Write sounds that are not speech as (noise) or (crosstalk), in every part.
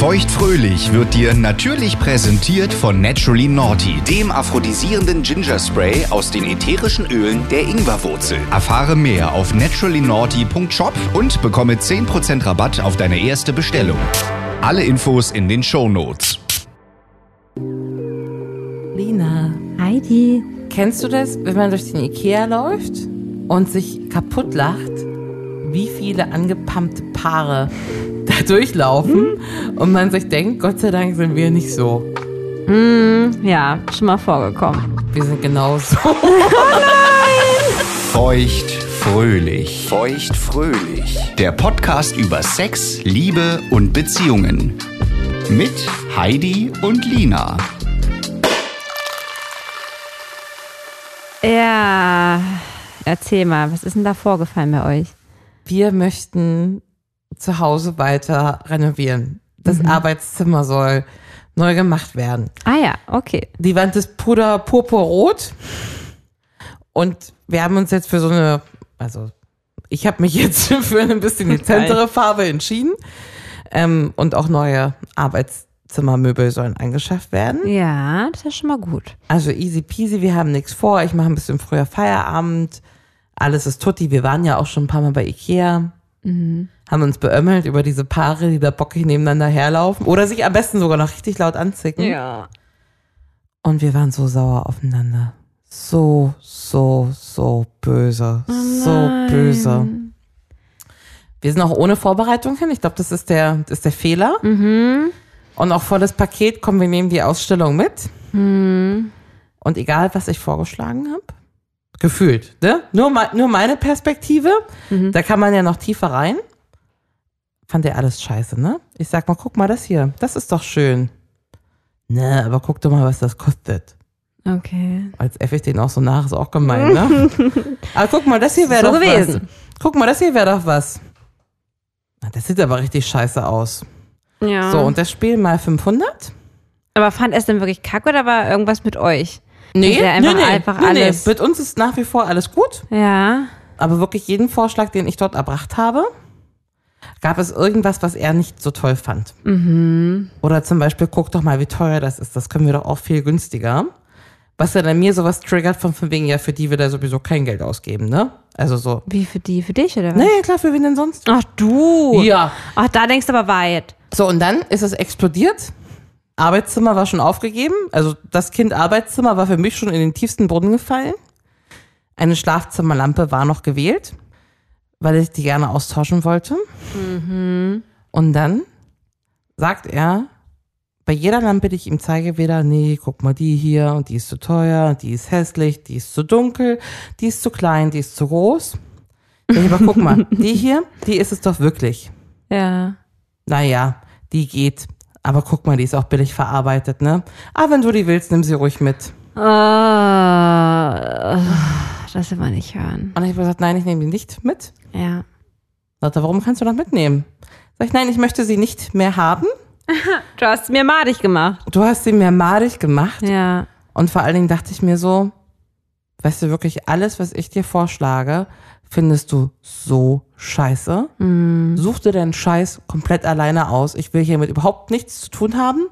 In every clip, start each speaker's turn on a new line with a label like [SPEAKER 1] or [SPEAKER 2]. [SPEAKER 1] Feuchtfröhlich wird dir natürlich präsentiert von Naturally Naughty, dem aphrodisierenden Ginger Spray aus den ätherischen Ölen der Ingwerwurzel. Erfahre mehr auf naturallynaughty.shop und bekomme 10% Rabatt auf deine erste Bestellung. Alle Infos in den Shownotes.
[SPEAKER 2] Lina,
[SPEAKER 3] Heidi,
[SPEAKER 2] kennst du das, wenn man durch den Ikea läuft und sich kaputt lacht, wie viele angepammte Paare (laughs) da durchlaufen und man sich denkt, Gott sei Dank sind wir nicht so.
[SPEAKER 3] ja, schon mal vorgekommen.
[SPEAKER 2] Wir sind genau genauso.
[SPEAKER 1] Feuchtfröhlich. Feuchtfröhlich. Der Podcast über Sex, Liebe und Beziehungen. Mit Heidi und Lina.
[SPEAKER 3] Ja, erzähl mal, was ist denn da vorgefallen bei euch?
[SPEAKER 2] Wir möchten zu Hause weiter renovieren. Das Arbeitszimmer soll neu gemacht werden.
[SPEAKER 3] Ah ja, okay.
[SPEAKER 2] Die Wand ist puder purpurrot. Und wir haben uns jetzt für so eine, also ich habe mich jetzt (laughs) für eine bisschen dezentere Farbe entschieden. Ähm, und auch neue Arbeitszimmermöbel sollen angeschafft werden.
[SPEAKER 3] Ja, das ist schon mal gut.
[SPEAKER 2] Also easy peasy, wir haben nichts vor. Ich mache ein bisschen früher Feierabend. Alles ist tutti. Wir waren ja auch schon ein paar Mal bei Ikea. Haben uns beömmelt über diese Paare, die da bockig nebeneinander herlaufen. Oder sich am besten sogar noch richtig laut anzicken.
[SPEAKER 3] Ja.
[SPEAKER 2] Und wir waren so sauer aufeinander. So, so, so böse. so böse. Wir sind auch ohne Vorbereitung hin. Ich glaube, das ist der, das ist der Fehler. Und auch volles Paket, komm, wir nehmen die Ausstellung mit.
[SPEAKER 3] Hm,
[SPEAKER 2] Und egal, was ich vorgeschlagen habe, gefühlt, ne? Nur, me- nur meine Perspektive, da kann man ja noch tiefer rein. Fand er alles scheiße, ne? Ich sag mal, guck mal das hier, das ist doch schön. Ne, aber guck doch mal, was das kostet.
[SPEAKER 3] Okay.
[SPEAKER 2] Als F ich den auch so nach, ist auch gemein,
[SPEAKER 3] (laughs)
[SPEAKER 2] ne? Aber guck mal, das hier wäre
[SPEAKER 3] So
[SPEAKER 2] doch
[SPEAKER 3] gewesen.
[SPEAKER 2] was. Guck mal, das hier wäre doch was. Na, Das sieht aber richtig scheiße aus.
[SPEAKER 3] Ja.
[SPEAKER 2] So, und das Spiel mal 500?
[SPEAKER 3] Aber fand er es denn wirklich kacke oder war irgendwas mit euch? Ist ja einfach- einfach alles.
[SPEAKER 2] Mit uns ist nach wie vor alles gut.
[SPEAKER 3] Ja.
[SPEAKER 2] Aber wirklich jeden Vorschlag, den ich dort erbracht habe, gab es irgendwas, was er nicht so toll fand.
[SPEAKER 3] Mhm.
[SPEAKER 2] Oder zum Beispiel, guck doch mal, wie teuer das ist. Das können wir doch auch viel günstiger. Was ja dann mir sowas triggert von, von wegen, ja, für die wir da sowieso kein Geld ausgeben, ne? Also so,
[SPEAKER 3] Wie für die, für dich oder was?
[SPEAKER 2] Naja, klar, für wen denn sonst?
[SPEAKER 3] Ach du.
[SPEAKER 2] Ja.
[SPEAKER 3] Ach, da denkst du aber weit.
[SPEAKER 2] So, und dann ist es explodiert. Arbeitszimmer war schon aufgegeben. Also das Kind Arbeitszimmer war für mich schon in den tiefsten Brunnen gefallen. Eine Schlafzimmerlampe war noch gewählt, weil ich die gerne austauschen wollte. Und dann sagt er bei jeder Lampe, die ich ihm zeige, wieder, nee, guck mal die hier und die ist zu teuer, und die ist hässlich, die ist zu dunkel, die ist zu klein, die ist zu groß. Ich aber guck mal, die hier, die ist es doch wirklich
[SPEAKER 3] Ja.
[SPEAKER 2] naja, die geht. Aber guck mal, die ist auch billig verarbeitet, ne? Aber wenn du die willst, nimm sie ruhig mit.
[SPEAKER 3] Ah. Oh, das will man nicht hören.
[SPEAKER 2] Und ich habe gesagt, nein, ich nehme die nicht mit.
[SPEAKER 3] Ja.
[SPEAKER 2] Sagt er, warum kannst du noch mitnehmen? Sag ich, nein, ich möchte sie nicht mehr haben.
[SPEAKER 3] Du hast mir madig gemacht.
[SPEAKER 2] Du hast sie mir madig gemacht.
[SPEAKER 3] Ja.
[SPEAKER 2] Und vor allen Dingen dachte ich mir so, weißt du wirklich, alles, was ich dir vorschlage, findest du so scheiße. Such dir deinen Scheiß komplett alleine aus. Ich will hiermit überhaupt nichts zu tun haben.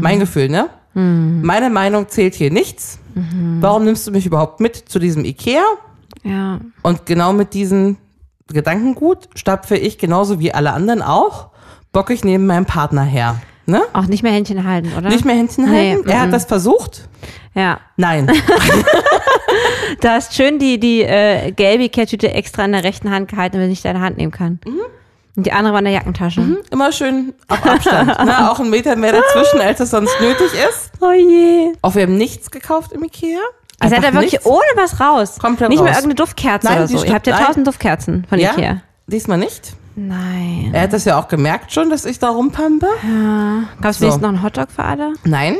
[SPEAKER 2] Mein Gefühl, ne? Meine Meinung zählt hier nichts. Warum nimmst du mich überhaupt mit zu diesem Ikea?
[SPEAKER 3] Ja.
[SPEAKER 2] Und genau mit diesem Gedankengut stapfe ich genauso wie alle anderen auch, bock ich neben meinem Partner her. Ne?
[SPEAKER 3] Auch nicht mehr Händchen halten, oder?
[SPEAKER 2] Nicht mehr Händchen
[SPEAKER 3] Nee,
[SPEAKER 2] halten. Er
[SPEAKER 3] mhm.
[SPEAKER 2] hat das versucht.
[SPEAKER 3] Ja.
[SPEAKER 2] Nein.
[SPEAKER 3] Du hast schön die, die äh, gelbe Ikea-Tüte extra in der rechten Hand gehalten, damit ich deine Hand nehmen kann.
[SPEAKER 2] Mhm.
[SPEAKER 3] Und die andere war in der Jackentasche.
[SPEAKER 2] Immer schön auf (laughs) Abstand. ne? Auch einen Meter mehr dazwischen, als es sonst nötig ist.
[SPEAKER 3] Oh je.
[SPEAKER 2] Auch wir haben nichts gekauft im Ikea.
[SPEAKER 3] Ihr seid
[SPEAKER 2] Einfach
[SPEAKER 3] da wirklich
[SPEAKER 2] nichts.
[SPEAKER 3] ohne was raus.
[SPEAKER 2] Komplett
[SPEAKER 3] Nicht mehr
[SPEAKER 2] raus.
[SPEAKER 3] irgendeine Duftkerze
[SPEAKER 2] Nein,
[SPEAKER 3] oder
[SPEAKER 2] die
[SPEAKER 3] so. Ihr
[SPEAKER 2] stimmt.
[SPEAKER 3] habt ja
[SPEAKER 2] Nein.
[SPEAKER 3] tausend Duftkerzen von
[SPEAKER 2] ja,
[SPEAKER 3] Ikea.
[SPEAKER 2] Diesmal nicht.
[SPEAKER 3] Nein.
[SPEAKER 2] Er hat das ja auch gemerkt schon, dass ich da rumpampe.
[SPEAKER 3] Gab es
[SPEAKER 2] Hm. So.
[SPEAKER 3] wenigstens noch einen Hotdog für alle?
[SPEAKER 2] Nein.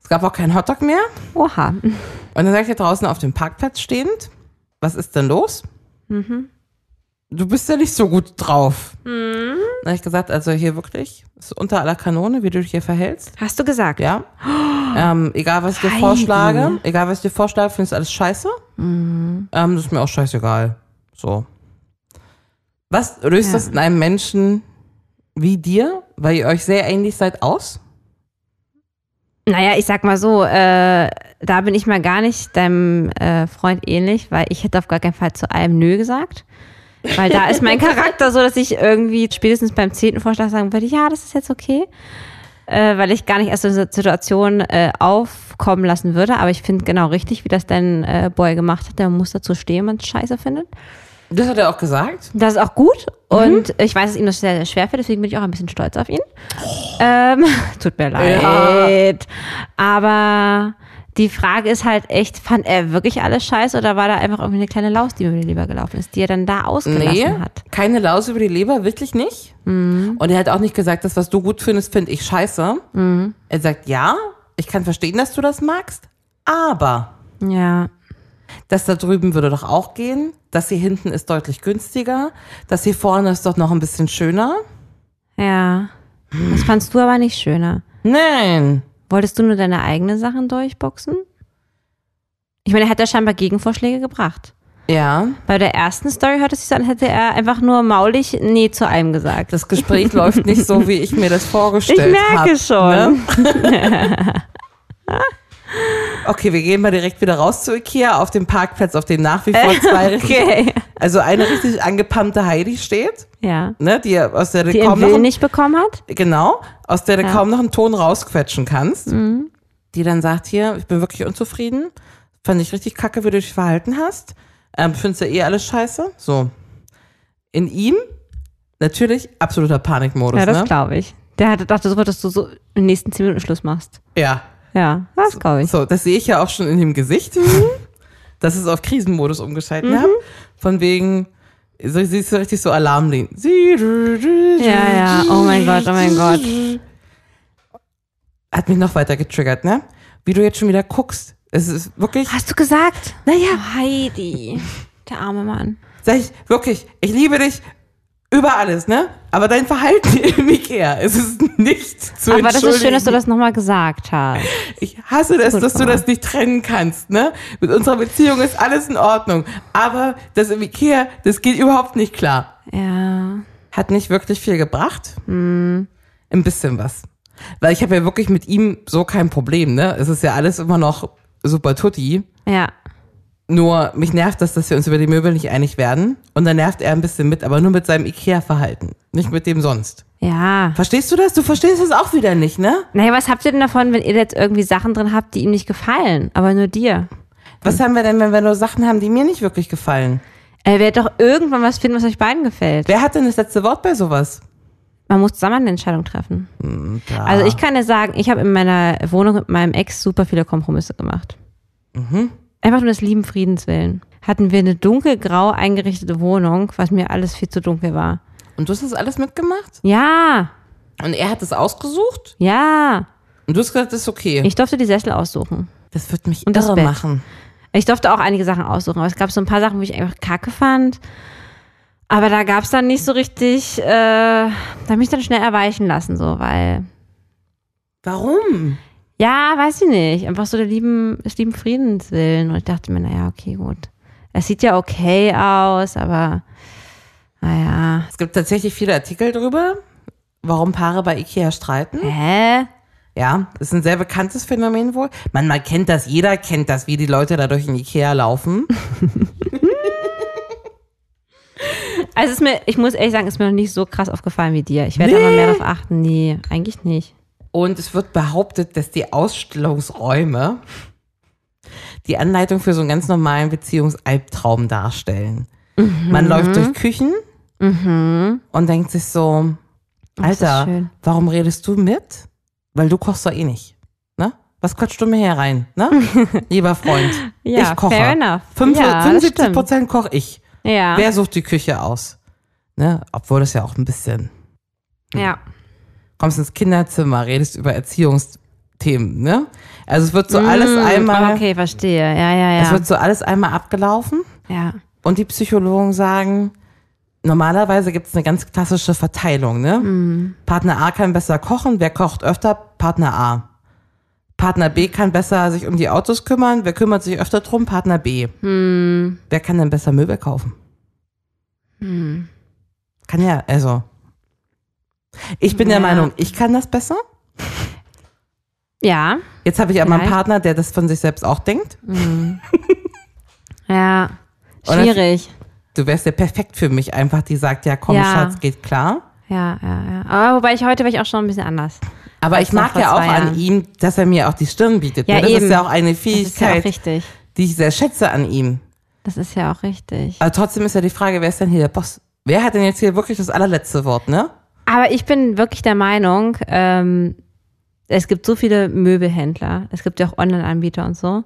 [SPEAKER 2] Es gab auch keinen Hotdog mehr.
[SPEAKER 3] Oha.
[SPEAKER 2] Und dann sagt er draußen auf dem Parkplatz stehend, was ist denn los?
[SPEAKER 3] Mhm.
[SPEAKER 2] Du bist ja nicht so gut drauf. Mhm. Dann habe ich gesagt, also hier wirklich, ist unter aller Kanone, wie du dich hier verhältst.
[SPEAKER 3] Hast du gesagt?
[SPEAKER 2] Ja. Ähm, egal, was ich dir
[SPEAKER 3] Heidi.
[SPEAKER 2] vorschlage, egal, was ich dir vorschlage, findest du alles scheiße.
[SPEAKER 3] Mhm.
[SPEAKER 2] Ähm, das ist mir auch scheißegal. So. Was löst
[SPEAKER 3] Ja.
[SPEAKER 2] das in einem Menschen wie dir, weil ihr euch sehr ähnlich seid, aus?
[SPEAKER 3] Naja, ich sag mal so, äh, da bin ich mal gar nicht deinem äh, Freund ähnlich, weil ich hätte auf gar keinen Fall zu allem Nö gesagt. Weil da ist mein Charakter so, dass ich irgendwie spätestens beim zehnten Vorschlag sagen würde, ja, das ist jetzt okay. Äh, weil ich gar nicht erst so eine Situation äh, aufkommen lassen würde. Aber ich finde genau richtig, wie das dein äh, Boy gemacht hat. Der muss dazu stehen, wenn man es scheiße findet.
[SPEAKER 2] Das hat er auch gesagt.
[SPEAKER 3] Das ist auch gut. Und ich weiß, dass ihm das sehr, sehr schwer fällt, deswegen bin ich auch ein bisschen stolz auf ihn. Ähm, (laughs) tut mir leid. Aber die Frage ist halt echt, fand er wirklich alles scheiße oder war da einfach irgendwie eine kleine Laus, die mir über die Leber gelaufen ist, die er dann da ausgelassen
[SPEAKER 2] Nee,
[SPEAKER 3] hat? Mhm.
[SPEAKER 2] keine Laus über die Leber, wirklich nicht. Und er hat auch nicht gesagt, das, was du gut findest, finde ich scheiße.
[SPEAKER 3] Mhm.
[SPEAKER 2] Er sagt, ja, ich kann verstehen, dass du das magst, aber
[SPEAKER 3] Ja.
[SPEAKER 2] das da drüben würde doch auch gehen. Das hier hinten ist deutlich günstiger. Das hier vorne ist doch noch ein bisschen schöner.
[SPEAKER 3] Ja. Das fandst du aber nicht schöner.
[SPEAKER 2] Nein.
[SPEAKER 3] Wolltest du nur deine eigenen Sachen durchboxen? Ich meine, er hat ja scheinbar Gegenvorschläge gebracht.
[SPEAKER 2] Ja,
[SPEAKER 3] Bei der ersten Story hörte es sich so an, hätte er einfach nur maulig Nee zu allem gesagt.
[SPEAKER 2] das Gespräch (laughs) läuft nicht so, wie ich mir das
[SPEAKER 3] ich
[SPEAKER 2] vorgestellt ne? habe.
[SPEAKER 3] merke schon.
[SPEAKER 2] Okay, wir gehen mal direkt wieder raus zu Ikea auf dem Parkplatz, auf dem (laughs) nach wie vor zwei richtig,
[SPEAKER 3] (laughs) Okay.
[SPEAKER 2] also eine richtig angepammte Heidi steht,
[SPEAKER 3] Ja.
[SPEAKER 2] ne, die aus der du
[SPEAKER 3] Die
[SPEAKER 2] kaum
[SPEAKER 3] er
[SPEAKER 2] noch
[SPEAKER 3] Will
[SPEAKER 2] einen,
[SPEAKER 3] nicht bekommen hat?
[SPEAKER 2] genau, aus der du
[SPEAKER 3] Ja. Mhm.
[SPEAKER 2] kaum noch einen Ton rausquetschen kannst, die dann sagt hier, ich bin wirklich unzufrieden, fand ich richtig kacke, wie du dich verhalten hast, ähm, findest du eh alles scheiße, so. In ihm natürlich absoluter Panikmodus,
[SPEAKER 3] Ja, das
[SPEAKER 2] ne?
[SPEAKER 3] glaube ich. Der hatte dachte sofort, dass du so in den nächsten zehn Minuten Schluss machst.
[SPEAKER 2] Ja.
[SPEAKER 3] Ja, das glaube ich.
[SPEAKER 2] So, das sehe ich ja auch schon in dem Gesicht,
[SPEAKER 3] Mhm.
[SPEAKER 2] (laughs) dass ich es auf Krisenmodus umgeschalten habe. Von wegen, so, sie ist so richtig so Alarmlehnen.
[SPEAKER 3] Ja, ja. Oh mein Gott, oh mein Gott.
[SPEAKER 2] Hat mich noch weiter getriggert, ne? Wie du jetzt schon wieder guckst. Es ist wirklich,
[SPEAKER 3] Hast du gesagt? Naja. Oh, Heidi. Der arme Mann.
[SPEAKER 2] sag ich, wirklich, ich liebe dich über alles, ne? Aber dein Verhalten (laughs) im Ikea, es ist nicht zu
[SPEAKER 3] Aber das ist schön, dass du
[SPEAKER 2] entschuldigen.
[SPEAKER 3] das nochmal gesagt hast.
[SPEAKER 2] Ich hasse das,
[SPEAKER 3] Gut
[SPEAKER 2] dass du
[SPEAKER 3] gemacht.
[SPEAKER 2] das nicht trennen kannst, ne? Mit unserer Beziehung ist alles in Ordnung. Aber das im Ikea, das geht überhaupt nicht klar.
[SPEAKER 3] Ja.
[SPEAKER 2] Hat nicht wirklich viel gebracht.
[SPEAKER 3] Hm.
[SPEAKER 2] Ein bisschen was. Weil ich habe ja wirklich mit ihm so kein Problem, ne? Es ist ja alles immer noch super tutti.
[SPEAKER 3] Ja.
[SPEAKER 2] Nur mich nervt das, dass wir uns über die Möbel nicht einig werden. Und dann nervt er ein bisschen mit, aber nur mit seinem Ikea-Verhalten. Nicht mit dem sonst.
[SPEAKER 3] Ja.
[SPEAKER 2] Verstehst du das? Du verstehst das auch wieder nicht, ne?
[SPEAKER 3] Naja, was habt ihr denn davon, wenn ihr jetzt irgendwie Sachen drin habt, die ihm nicht gefallen, aber nur dir?
[SPEAKER 2] Was haben wir denn, wenn wir nur Sachen haben, die mir nicht wirklich gefallen?
[SPEAKER 3] Er wird doch irgendwann was finden, was euch beiden gefällt.
[SPEAKER 2] Wer hat denn das letzte Wort bei sowas?
[SPEAKER 3] Man muss zusammen eine Entscheidung treffen. Also ich kann dir sagen, ich habe in meiner Wohnung mit meinem Ex super viele Kompromisse gemacht. Einfach nur des lieben Friedens willen. Hatten wir eine dunkelgrau eingerichtete Wohnung, was mir alles viel zu dunkel war.
[SPEAKER 2] Und du hast das alles mitgemacht?
[SPEAKER 3] Ja,
[SPEAKER 2] Und er hat es ausgesucht?
[SPEAKER 3] ja.
[SPEAKER 2] Und du hast gesagt, das ist okay.
[SPEAKER 3] Ich durfte die Sessel aussuchen.
[SPEAKER 2] das wird mich
[SPEAKER 3] Und das
[SPEAKER 2] irre
[SPEAKER 3] Bett.
[SPEAKER 2] machen.
[SPEAKER 3] Ich durfte auch einige Sachen aussuchen, aber es gab so ein paar Sachen, wo ich einfach kacke fand. Aber da gab es dann nicht so richtig, äh, da hab ich mich dann schnell erweichen lassen, so, weil,
[SPEAKER 2] Warum?
[SPEAKER 3] ja, weiß ich nicht, einfach so der lieben, des lieben Friedens willen. Und ich dachte mir, naja, okay, gut. Es sieht ja okay aus, aber, naja,
[SPEAKER 2] Es gibt tatsächlich viele Artikel drüber, warum Paare bei Ikea streiten.
[SPEAKER 3] hä?
[SPEAKER 2] Ja, ist ein sehr bekanntes Phänomen wohl. Man, man kennt das, jeder kennt das, wie die Leute da durch den Ikea laufen.
[SPEAKER 3] Also ist mir, ich muss ehrlich sagen, ist mir noch nicht so krass aufgefallen wie dir. Ich werde aber mehr darauf achten. Nee, eigentlich nicht.
[SPEAKER 2] Und es wird behauptet, dass die Ausstellungsräume die Anleitung für so einen ganz normalen Beziehungsalbtraum darstellen.
[SPEAKER 3] Mhm.
[SPEAKER 2] Man läuft durch Küchen und denkt sich so,
[SPEAKER 3] ist
[SPEAKER 2] Alter,
[SPEAKER 3] schön.
[SPEAKER 2] warum redest du mit? Weil du kochst doch eh nicht. Ne? Was quatscht du mir hier rein?
[SPEAKER 3] (laughs)
[SPEAKER 2] Ne? Lieber Freund,
[SPEAKER 3] Ja,
[SPEAKER 2] ich koche.
[SPEAKER 3] fair enough.
[SPEAKER 2] Fünf-
[SPEAKER 3] Ja, das
[SPEAKER 2] 75
[SPEAKER 3] stimmt.
[SPEAKER 2] Prozent koche ich.
[SPEAKER 3] Ja,
[SPEAKER 2] Wer sucht die Küche aus? Ne? Obwohl das ja auch ein bisschen
[SPEAKER 3] ja.
[SPEAKER 2] kommst ins Kinderzimmer, redest über Erziehungsthemen, ne? Also es wird so alles einmal,
[SPEAKER 3] Mm, Mhm. Okay, verstehe. Ja, ja, ja.
[SPEAKER 2] es wird so alles einmal abgelaufen
[SPEAKER 3] ja.
[SPEAKER 2] und die Psychologen sagen, normalerweise gibt's eine ganz klassische Verteilung, ne?
[SPEAKER 3] Mm.
[SPEAKER 2] Partner A kann besser kochen, wer kocht öfter? Partner A. Partner B kann besser sich um die Autos kümmern, wer kümmert sich öfter drum? Partner B.
[SPEAKER 3] Hm.
[SPEAKER 2] Wer kann denn besser
[SPEAKER 3] Hm.
[SPEAKER 2] Möbel kaufen? Kann ja, also. Ich bin
[SPEAKER 3] Ja.
[SPEAKER 2] der Meinung, ich kann das besser.
[SPEAKER 3] Ja.
[SPEAKER 2] Jetzt habe ich aber einen
[SPEAKER 3] Vielleicht.
[SPEAKER 2] Partner, der das von sich selbst auch denkt.
[SPEAKER 3] Ja.
[SPEAKER 2] Oder-
[SPEAKER 3] Schwierig.
[SPEAKER 2] Du wärst ja perfekt für mich, einfach die sagt, ja komm
[SPEAKER 3] Ja.
[SPEAKER 2] Schatz, geht klar.
[SPEAKER 3] Ja, ja, ja. Aber wobei ich heute war ich auch schon ein bisschen anders.
[SPEAKER 2] Aber ich
[SPEAKER 3] noch
[SPEAKER 2] mag
[SPEAKER 3] vor
[SPEAKER 2] ja auch
[SPEAKER 3] zwei
[SPEAKER 2] an
[SPEAKER 3] Jahren.
[SPEAKER 2] ihm, dass er mir auch die Stirn bietet.
[SPEAKER 3] Ja,
[SPEAKER 2] ne? Das
[SPEAKER 3] eben.
[SPEAKER 2] ist ja auch eine
[SPEAKER 3] Das ist ja auch
[SPEAKER 2] Fähigkeit,
[SPEAKER 3] richtig.
[SPEAKER 2] die ich sehr schätze an ihm.
[SPEAKER 3] Das ist ja auch richtig.
[SPEAKER 2] Aber trotzdem ist ja die Frage, wer ist denn hier der Boss? Wer hat denn jetzt hier wirklich das allerletzte Wort, ne?
[SPEAKER 3] Aber ich bin wirklich der Meinung, ähm, es gibt so viele Möbelhändler, es gibt ja auch Online-Anbieter und so,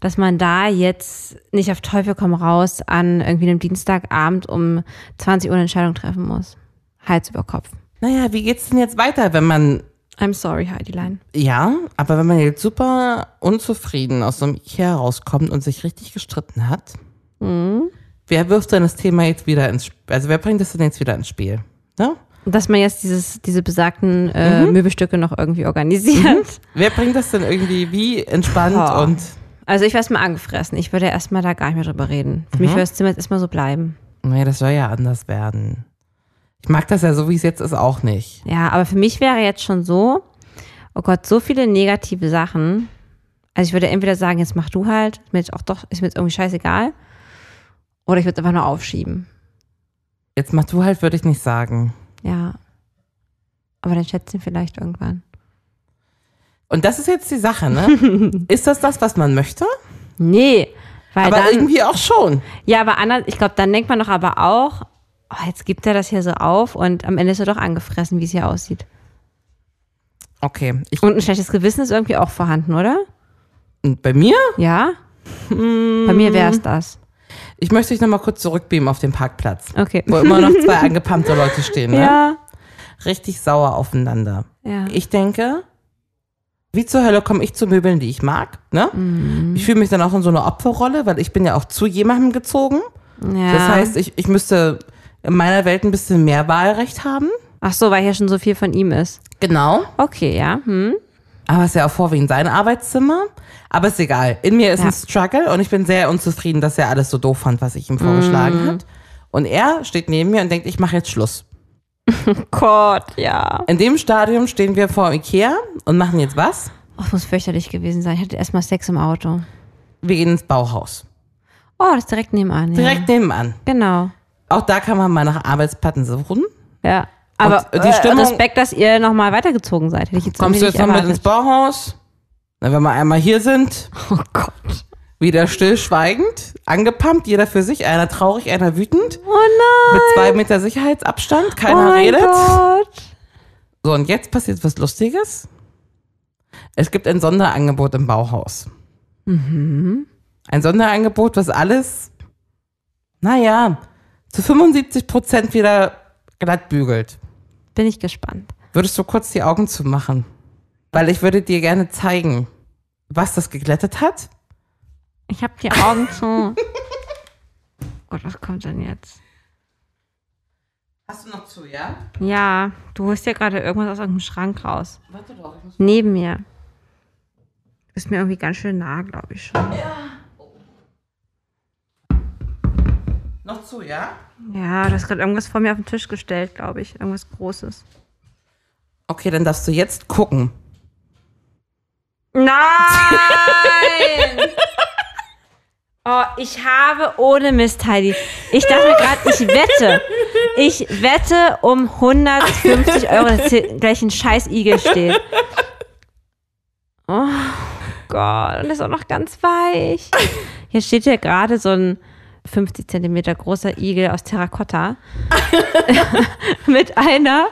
[SPEAKER 3] dass man da jetzt nicht auf Teufel komm raus an irgendwie einem Dienstagabend um 20 Uhr eine Entscheidung treffen muss. Hals über Kopf.
[SPEAKER 2] Naja, wie geht's denn jetzt weiter, wenn man,
[SPEAKER 3] I'm sorry, Heidi Lein.
[SPEAKER 2] ja, aber wenn man jetzt super unzufrieden aus so einem Ikea rauskommt und sich richtig gestritten hat,
[SPEAKER 3] Mhm.
[SPEAKER 2] wer wirft denn das Thema jetzt wieder ins, Sp- also wer bringt das denn jetzt wieder ins Spiel, ne?
[SPEAKER 3] Dass man jetzt dieses, diese besagten äh, Möbelstücke noch irgendwie organisiert.
[SPEAKER 2] Wer bringt das denn irgendwie wie entspannt
[SPEAKER 3] Boah.
[SPEAKER 2] und
[SPEAKER 3] Also ich wär's mal angefressen. Ich würde erstmal da gar nicht mehr drüber reden. Für mich würde das Zimmer jetzt erstmal so bleiben.
[SPEAKER 2] nee, das soll ja anders werden. Ich mag das ja so, wie es jetzt ist, auch nicht.
[SPEAKER 3] Ja, aber für mich wäre jetzt schon so, oh Gott, so viele negative Sachen. Also ich würde entweder sagen, jetzt mach du halt, ist mir jetzt auch doch, ist mir jetzt irgendwie scheißegal. Oder ich würde es einfach nur aufschieben.
[SPEAKER 2] Jetzt mach du halt, würde ich nicht sagen.
[SPEAKER 3] Ja. Aber dann schätzt ihn vielleicht irgendwann.
[SPEAKER 2] Und das ist jetzt die Sache,
[SPEAKER 3] (laughs)
[SPEAKER 2] ne? ist das das, was man möchte?
[SPEAKER 3] Nee. Weil
[SPEAKER 2] Aber
[SPEAKER 3] dann,
[SPEAKER 2] irgendwie auch schon.
[SPEAKER 3] ja, aber anders, ich glaube, dann denkt man doch aber auch, oh, jetzt gibt er das hier so auf und am Ende ist er doch angefressen, wie es hier aussieht.
[SPEAKER 2] Okay. Ich,
[SPEAKER 3] Und ein schlechtes Gewissen ist irgendwie auch vorhanden, oder?
[SPEAKER 2] und bei mir?
[SPEAKER 3] Ja?
[SPEAKER 2] Hm.
[SPEAKER 3] Bei mir wäre es das.
[SPEAKER 2] Ich möchte dich nochmal kurz zurückbeamen auf den Parkplatz.
[SPEAKER 3] Okay.
[SPEAKER 2] Wo immer noch zwei angepammte Leute stehen, ne?
[SPEAKER 3] Ja.
[SPEAKER 2] Richtig sauer aufeinander.
[SPEAKER 3] Ja.
[SPEAKER 2] Ich denke, wie zur Hölle komme ich zu Möbeln, die ich mag, ne?
[SPEAKER 3] Mhm.
[SPEAKER 2] Ich fühle mich dann auch in so einer Opferrolle, weil ich bin ja auch zu jemandem gezogen.
[SPEAKER 3] ja.
[SPEAKER 2] Das heißt, ich, ich müsste in meiner Welt ein bisschen mehr Wahlrecht haben.
[SPEAKER 3] Ach so, weil hier schon so viel von ihm ist.
[SPEAKER 2] Genau.
[SPEAKER 3] Okay, ja. Hm.
[SPEAKER 2] Aber es ist ja auch vorwiegend sein Arbeitszimmer. Aber ist egal. In mir ist
[SPEAKER 3] Ja.
[SPEAKER 2] ein Struggle und ich bin sehr unzufrieden, dass er alles so doof fand, was ich ihm vorgeschlagen
[SPEAKER 3] Mhm.
[SPEAKER 2] hat. Und er steht neben mir und denkt, ich mache jetzt Schluss.
[SPEAKER 3] Gott, ja.
[SPEAKER 2] In dem Stadium stehen wir vor Ikea und machen jetzt was?
[SPEAKER 3] Oh, das muss fürchterlich gewesen sein. Ich hatte erstmal Sex im Auto.
[SPEAKER 2] Wir gehen ins Bauhaus.
[SPEAKER 3] Oh, das ist direkt nebenan. Ja.
[SPEAKER 2] Direkt nebenan.
[SPEAKER 3] Genau.
[SPEAKER 2] Auch da kann man mal nach Arbeitsplatten suchen.
[SPEAKER 3] Ja. Aber
[SPEAKER 2] Und die
[SPEAKER 3] äh,
[SPEAKER 2] Stimmung-
[SPEAKER 3] Respekt, dass ihr nochmal weitergezogen seid. Hätte ich jetzt
[SPEAKER 2] Kommst du
[SPEAKER 3] irgendwie
[SPEAKER 2] jetzt noch
[SPEAKER 3] nicht
[SPEAKER 2] mit ins
[SPEAKER 3] erwartet.
[SPEAKER 2] Bauhaus? Na, wenn wir einmal hier sind,
[SPEAKER 3] Oh Gott.
[SPEAKER 2] wieder stillschweigend, angepumpt, jeder für sich, einer traurig, einer wütend,
[SPEAKER 3] Oh nein.
[SPEAKER 2] mit zwei Meter Sicherheitsabstand,
[SPEAKER 3] Oh
[SPEAKER 2] keiner
[SPEAKER 3] mein
[SPEAKER 2] redet.
[SPEAKER 3] Gott.
[SPEAKER 2] So, und jetzt passiert was Lustiges. Es gibt ein Sonderangebot im Bauhaus. Ein Sonderangebot, was alles, naja, zu 75 Prozent wieder glatt bügelt.
[SPEAKER 3] Bin ich gespannt.
[SPEAKER 2] Würdest du kurz die Augen zumachen? Weil ich würde dir gerne zeigen, was das geglättet hat.
[SPEAKER 3] Ich habe die Augen
[SPEAKER 2] (laughs)
[SPEAKER 3] zu. Gott, was kommt denn jetzt?
[SPEAKER 2] Hast du noch zu, ja?
[SPEAKER 3] Ja, du holst ja gerade irgendwas aus irgendeinem Schrank raus.
[SPEAKER 2] Warte doch, ich muss.
[SPEAKER 3] Neben mir. Du bist mir irgendwie ganz schön nah, glaube ich schon.
[SPEAKER 2] Noch zu, ja?
[SPEAKER 3] Ja, du hast gerade irgendwas vor mir auf den Tisch gestellt, glaube ich. Irgendwas Großes.
[SPEAKER 2] Okay, dann darfst du jetzt gucken.
[SPEAKER 3] Nein! (laughs) oh, ich habe ohne Mist, Heidi. Ich dachte gerade, ich wette. Ich wette um 150 Euro, dass hier gleich ein scheiß Igel steht. Oh Gott, und ist auch noch ganz weich. Hier steht ja gerade so ein 50 Zentimeter großer Igel aus Terrakotta (laughs) mit einer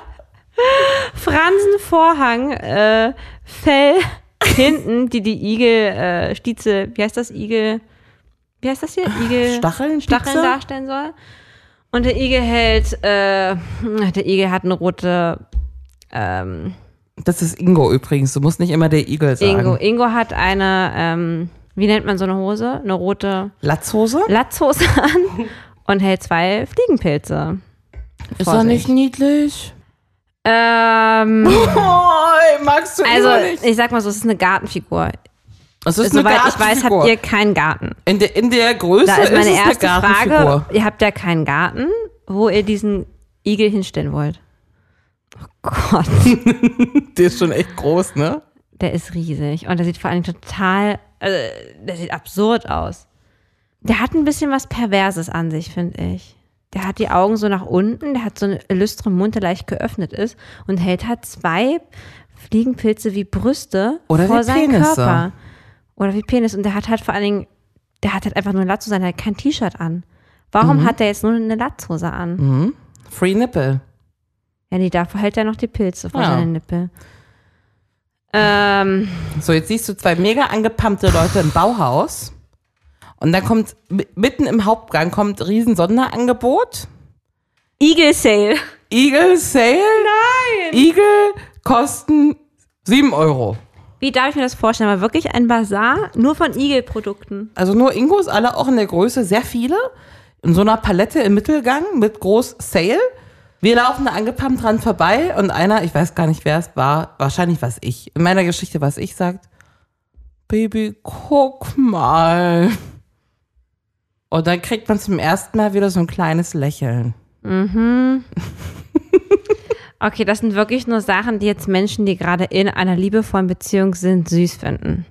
[SPEAKER 3] Fransenvorhang, äh, Fell hinten, die die Igel, äh, Stieze, wie heißt das Igel? Wie heißt das hier? Igel.
[SPEAKER 2] Stacheln?
[SPEAKER 3] Stacheln
[SPEAKER 2] Piekse?
[SPEAKER 3] darstellen soll. Und der Igel hält, äh, der Igel hat eine rote, ähm,
[SPEAKER 2] Das ist Ingo übrigens. Du musst nicht immer der Igel sagen.
[SPEAKER 3] Ingo, Ingo hat eine, ähm, wie nennt man so eine Hose? Eine rote
[SPEAKER 2] Latzhose?
[SPEAKER 3] Latzhose (laughs) an und hält zwei Fliegenpilze.
[SPEAKER 2] Ist
[SPEAKER 3] Vorsicht.
[SPEAKER 2] niedlich? (laughs)
[SPEAKER 3] Ähm,
[SPEAKER 2] Oh, magst du
[SPEAKER 3] also
[SPEAKER 2] Ingo nicht?
[SPEAKER 3] ich sag mal so, es ist eine Gartenfigur.
[SPEAKER 2] Es ist
[SPEAKER 3] Soweit ich weiß,
[SPEAKER 2] Gartenfigur.
[SPEAKER 3] habt ihr keinen Garten.
[SPEAKER 2] in, der- in der Größe
[SPEAKER 3] Da ist meine
[SPEAKER 2] es
[SPEAKER 3] erste
[SPEAKER 2] eine Gartenfigur.
[SPEAKER 3] Frage, ihr habt ja keinen Garten, wo ihr diesen Igel hinstellen wollt. Oh Gott,
[SPEAKER 2] Der ist schon echt groß, ne?
[SPEAKER 3] der ist riesig. Und der sieht vor allem total, äh, der sieht absurd aus. Der hat ein bisschen was Perverses an sich, finde ich. Der hat die Augen so nach unten, der hat so einen illustren Mund, der leicht geöffnet ist und hält halt zwei Fliegenpilze wie Brüste
[SPEAKER 2] Oder
[SPEAKER 3] vor
[SPEAKER 2] wie
[SPEAKER 3] seinen
[SPEAKER 2] Penisse.
[SPEAKER 3] Körper. Oder wie Penis. Und der hat halt vor allen Dingen, der hat halt einfach nur eine Latzhose an, der hat kein T-Shirt an.
[SPEAKER 2] Mhm.
[SPEAKER 3] Warum hat der jetzt nur eine Latzhose an?
[SPEAKER 2] Free Nipple.
[SPEAKER 3] Ja, nee, dafür hält er noch die Pilze vor
[SPEAKER 2] Ja.
[SPEAKER 3] seinen Nippel. Ähm,
[SPEAKER 2] So, jetzt siehst du zwei mega angepumpte Leute im Bauhaus. Und dann kommt mi- mitten im Hauptgang kommt riesen Sonderangebot.
[SPEAKER 3] Eagle Sale.
[SPEAKER 2] Eagle Sale. Nein. Eagle kosten 7 Euro.
[SPEAKER 3] Wie darf ich mir das vorstellen? War wirklich ein Bazar nur von Igel-Produkten.
[SPEAKER 2] Also nur Ingos, alle auch in der Größe, sehr viele. In so einer Palette im Mittelgang mit groß Sale. Wir laufen da angepumpt dran vorbei und einer, ich weiß gar nicht, wer es war, wahrscheinlich was ich. In meiner Geschichte was ich sagt, Baby, guck mal. Und dann kriegt man zum ersten Mal wieder so ein kleines Lächeln.
[SPEAKER 3] Okay, das sind wirklich nur Sachen, die jetzt Menschen, die gerade in einer liebevollen Beziehung sind, süß finden.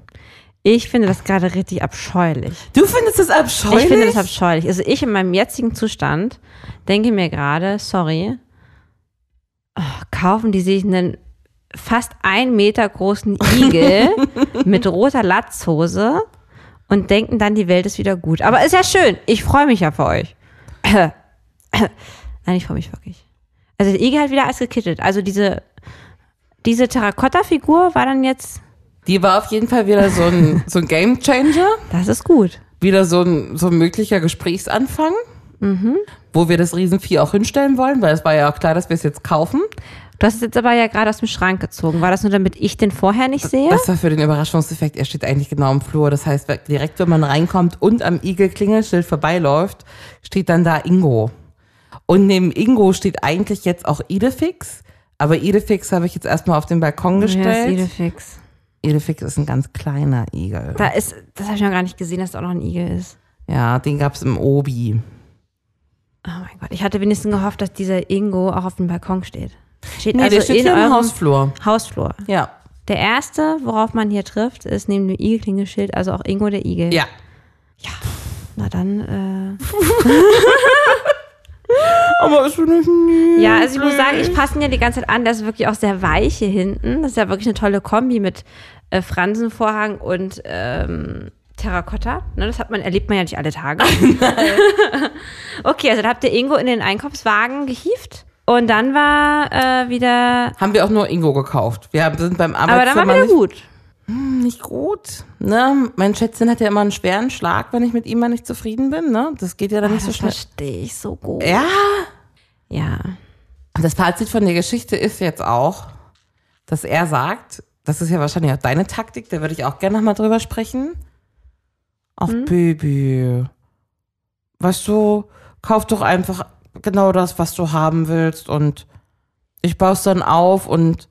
[SPEAKER 3] Ich finde das gerade richtig abscheulich.
[SPEAKER 2] Du findest das abscheulich?
[SPEAKER 3] Ich finde das abscheulich. Also ich in meinem jetzigen Zustand denke mir gerade, sorry, oh, kaufen die sich einen fast einen Meter großen Igel mit roter Latzhose und denken dann, die Welt ist wieder gut. Aber ist ja schön. Ich freue mich ja für euch. Nein, ich freue mich wirklich. Also der Igel hat wieder alles gekittelt. Also diese, diese Terrakotta-Figur war dann jetzt,
[SPEAKER 2] Die war auf jeden Fall wieder so ein, so ein Game Changer.
[SPEAKER 3] das ist gut.
[SPEAKER 2] wieder so ein, so ein möglicher Gesprächsanfang, wo wir das Riesenvieh auch hinstellen wollen, weil es war ja auch klar, dass wir es jetzt kaufen.
[SPEAKER 3] Du hast es jetzt aber ja gerade aus dem Schrank gezogen. War das nur, damit ich den vorher nicht sehe?
[SPEAKER 2] Das war für den Überraschungseffekt. Er steht eigentlich genau im Flur. Das heißt, direkt, wenn man reinkommt und am Igel-Klingelschild vorbeiläuft, steht dann da Ingo. Und neben Ingo steht eigentlich jetzt auch Idefix. Aber Idefix habe ich jetzt erstmal auf den Balkon gestellt.
[SPEAKER 3] Ja, ist
[SPEAKER 2] Idefix.
[SPEAKER 3] Idefix.
[SPEAKER 2] ist ein ganz kleiner Igel.
[SPEAKER 3] Da ist, das habe ich noch gar nicht gesehen, dass da auch noch ein Igel ist.
[SPEAKER 2] Ja, den gab es im Obi.
[SPEAKER 3] Oh mein Gott, ich hatte wenigstens gehofft, dass dieser Ingo auch auf dem Balkon steht. Steht
[SPEAKER 2] Nee,
[SPEAKER 3] also
[SPEAKER 2] der steht
[SPEAKER 3] in
[SPEAKER 2] hier im
[SPEAKER 3] eurem
[SPEAKER 2] Hausflur.
[SPEAKER 3] Hausflur.
[SPEAKER 2] Ja.
[SPEAKER 3] Der erste, worauf man hier trifft, ist neben dem Igelklingelschild, also auch Ingo der Igel.
[SPEAKER 2] Ja.
[SPEAKER 3] Na dann, äh,
[SPEAKER 2] Aber ist nicht
[SPEAKER 3] äh. Ja, also ich muss sagen, ich passe ihn ja die ganze Zeit an. Der ist wirklich auch sehr weich hier hinten. Das ist ja wirklich eine tolle Kombi mit äh, Fransenvorhang und ähm, Terrakotta. Ne, das hat man, erlebt man ja nicht alle Tage. (laughs) okay, also da habt ihr Ingo in den Einkaufswagen gehievt. Und dann war äh, wieder.
[SPEAKER 2] Haben wir auch nur Ingo gekauft. Wir haben- sind beim
[SPEAKER 3] Aber dann
[SPEAKER 2] Arbeitszimmer
[SPEAKER 3] war wieder
[SPEAKER 2] nicht,
[SPEAKER 3] gut.
[SPEAKER 2] nicht gut. Ne? Mein Schätzchen hat ja immer einen schweren Schlag, wenn ich mit ihm mal nicht zufrieden bin. Ne? Das geht ja dann nicht so
[SPEAKER 3] Das
[SPEAKER 2] schnell.
[SPEAKER 3] verstehe ich so gut.
[SPEAKER 2] Ja.
[SPEAKER 3] Ja.
[SPEAKER 2] Das Fazit von der Geschichte ist jetzt auch, dass er sagt, das ist ja wahrscheinlich auch deine Taktik, da würde ich auch gerne nochmal drüber sprechen. Auf Baby. Weißt du, kauf doch einfach genau das, was du haben willst und ich baue es dann auf und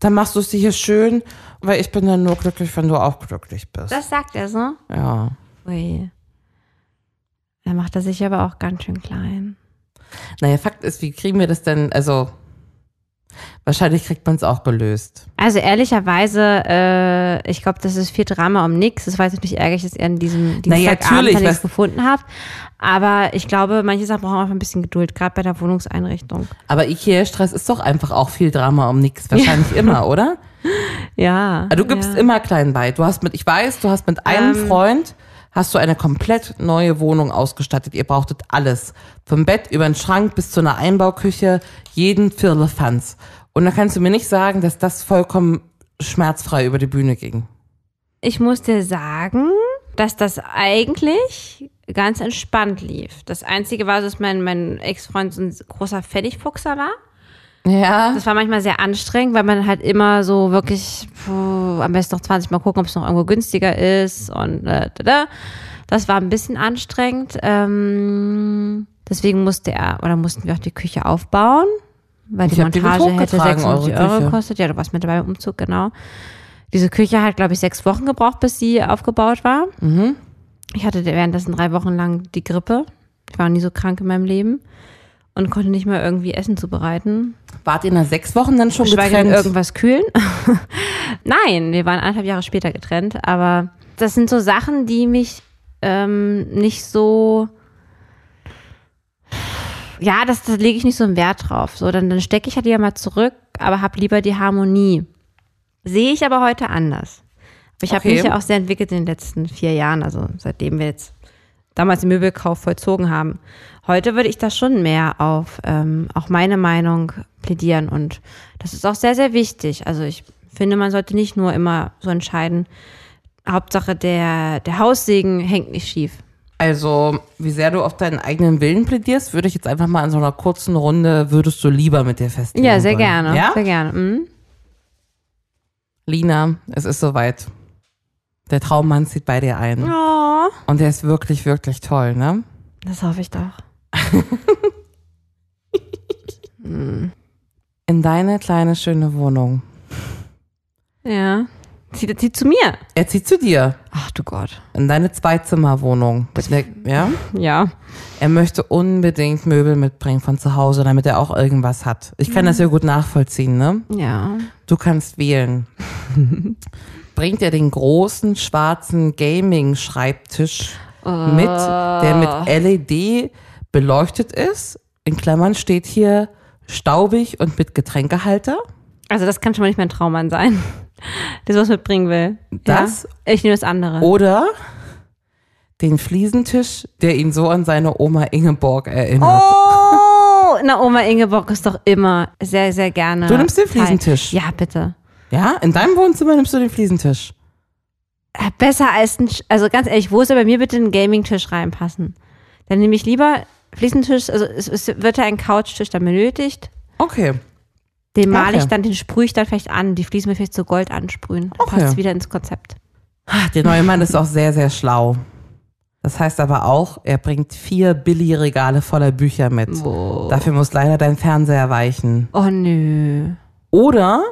[SPEAKER 2] dann machst du es dir hier schön, weil ich bin dann nur glücklich, wenn du auch glücklich bist.
[SPEAKER 3] Das sagt er so.
[SPEAKER 2] ja.
[SPEAKER 3] Ui. Da macht er sich aber auch ganz schön klein.
[SPEAKER 2] Naja, Fakt ist, wie kriegen wir das denn, also wahrscheinlich kriegt man es auch gelöst.
[SPEAKER 3] Also ehrlicherweise, äh, ich glaube, das ist viel Drama um nichts. Es war jetzt natürlich ärgerlich, dass ihr an diesem
[SPEAKER 2] Naja,
[SPEAKER 3] Dienstagabend
[SPEAKER 2] natürlich,
[SPEAKER 3] dann nichts
[SPEAKER 2] was-
[SPEAKER 3] gefunden habt. Aber ich glaube, manche Sachen brauchen einfach ein bisschen Geduld, gerade bei der Wohnungseinrichtung.
[SPEAKER 2] Aber Ikea-Stress ist doch einfach auch viel Drama um nichts. Wahrscheinlich immer, oder?
[SPEAKER 3] (laughs)
[SPEAKER 2] Ah,
[SPEAKER 3] Ja.
[SPEAKER 2] Du gibst
[SPEAKER 3] ja. Ähm.
[SPEAKER 2] immer klein bei. Du hast mit, ich weiß, du hast mit einem Freund, hast du eine komplett neue Wohnung ausgestattet. Ihr brauchtet alles. Vom Bett über den Schrank bis zu einer Einbauküche, jeden Firlefanz. Und da kannst du mir nicht sagen, dass das vollkommen schmerzfrei über die Bühne ging.
[SPEAKER 3] Ich muss dir sagen, dass das eigentlich ganz entspannt lief. Das Einzige war, dass mein, mein Ex-Freund so ein großer Fertigfuchser war.
[SPEAKER 2] Ja.
[SPEAKER 3] Das war manchmal sehr anstrengend, weil man halt immer so wirklich puh, am besten noch 20 Mal gucken, ob es noch irgendwo günstiger ist und äh, da, da. das war ein bisschen anstrengend. Ähm, deswegen musste er oder mussten wir auch die Küche aufbauen, weil die
[SPEAKER 2] hab die mit
[SPEAKER 3] Montage hätte
[SPEAKER 2] hochgetragen,
[SPEAKER 3] 56
[SPEAKER 2] eure
[SPEAKER 3] Euro
[SPEAKER 2] Küche.
[SPEAKER 3] gekostet. Ja, du warst mit dabei im Umzug, genau. Diese Küche hat, glaube ich, sechs Wochen gebraucht, bis sie aufgebaut war.
[SPEAKER 2] Mhm.
[SPEAKER 3] Ich hatte währenddessen drei Wochen lang die Grippe. Ich war noch nie so krank in meinem Leben und konnte nicht mehr irgendwie Essen zubereiten.
[SPEAKER 2] Wart ihr nach sechs Wochen dann schon
[SPEAKER 3] Schweigend
[SPEAKER 2] getrennt?
[SPEAKER 3] irgendwas kühlen. (laughs) Nein, wir waren anderthalb Jahre später getrennt, aber das sind so Sachen, die mich ähm, nicht so. Ja, das, das lege ich nicht so einen Wert drauf. So, dann, dann stecke ich halt lieber mal zurück, aber habe lieber die Harmonie. Sehe ich aber heute anders. Aber Ich habe
[SPEAKER 2] Okay.
[SPEAKER 3] mich ja auch sehr entwickelt in den letzten vier Jahren, also seitdem wir jetzt damals den Möbelkauf vollzogen haben. Heute würde ich da schon mehr auf ähm, auch meine Meinung plädieren und das ist auch sehr, sehr wichtig. Also ich finde, man sollte nicht nur immer so entscheiden, Hauptsache der, der Haussegen hängt nicht schief.
[SPEAKER 2] Also, wie sehr du auf deinen eigenen Willen plädierst, würde ich jetzt einfach mal in so einer kurzen Runde, würdest du lieber mit dir festlegen.
[SPEAKER 3] Ja, sehr
[SPEAKER 2] wollen.
[SPEAKER 3] gerne.
[SPEAKER 2] Ja?
[SPEAKER 3] Sehr gerne. Mhm.
[SPEAKER 2] Lina, es ist soweit. Der Traummann zieht bei dir ein.
[SPEAKER 3] Oh,
[SPEAKER 2] Und der ist wirklich, wirklich toll, ne?
[SPEAKER 3] das hoffe ich doch.
[SPEAKER 2] In deine kleine, schöne Wohnung.
[SPEAKER 3] Ja. Zieht, zieht zu mir.
[SPEAKER 2] Er zieht zu dir.
[SPEAKER 3] Ach du Gott.
[SPEAKER 2] In deine Zweizimmerwohnung. Mit ne, ja?
[SPEAKER 3] Ja.
[SPEAKER 2] Er möchte unbedingt Möbel mitbringen von zu Hause, damit er auch irgendwas hat. Ich kann das sehr gut nachvollziehen, ne?
[SPEAKER 3] Ja.
[SPEAKER 2] Du kannst wählen. Bringt er den großen schwarzen Gaming-Schreibtisch mit, der mit LED beleuchtet ist? In Klammern steht hier staubig und mit Getränkehalter.
[SPEAKER 3] Also das kann schon mal nicht mein Traummann sein, (laughs) der sowas mitbringen will.
[SPEAKER 2] Das?
[SPEAKER 3] Ja. Ich nehme das andere.
[SPEAKER 2] Oder den Fliesentisch, der ihn so an seine Oma Ingeborg erinnert.
[SPEAKER 3] Oh, na Oma Ingeborg ist doch immer sehr, sehr gerne.
[SPEAKER 2] Du nimmst den
[SPEAKER 3] teil.
[SPEAKER 2] Fliesentisch.
[SPEAKER 3] Ja, bitte.
[SPEAKER 2] Ja, in deinem Wohnzimmer nimmst du den Fliesentisch.
[SPEAKER 3] Besser als ein, Sch- also ganz ehrlich, wo soll bei mir bitte ein Gaming-Tisch reinpassen? Dann nehme ich lieber Fliesentisch, also es, es wird ja ein Couchtisch dann benötigt.
[SPEAKER 2] Okay.
[SPEAKER 3] Den male
[SPEAKER 2] Okay.
[SPEAKER 3] ich dann, den sprühe ich dann vielleicht an. Die Fliesen mir vielleicht so gold ansprühen. Dann
[SPEAKER 2] Okay.
[SPEAKER 3] Passt wieder ins Konzept.
[SPEAKER 2] Ah, Der neue Mann ist auch sehr, sehr schlau. Das heißt aber auch, er bringt vier Billy-Regale voller Bücher mit. Dafür muss leider dein Fernseher weichen.
[SPEAKER 3] Oh nö.
[SPEAKER 2] Oder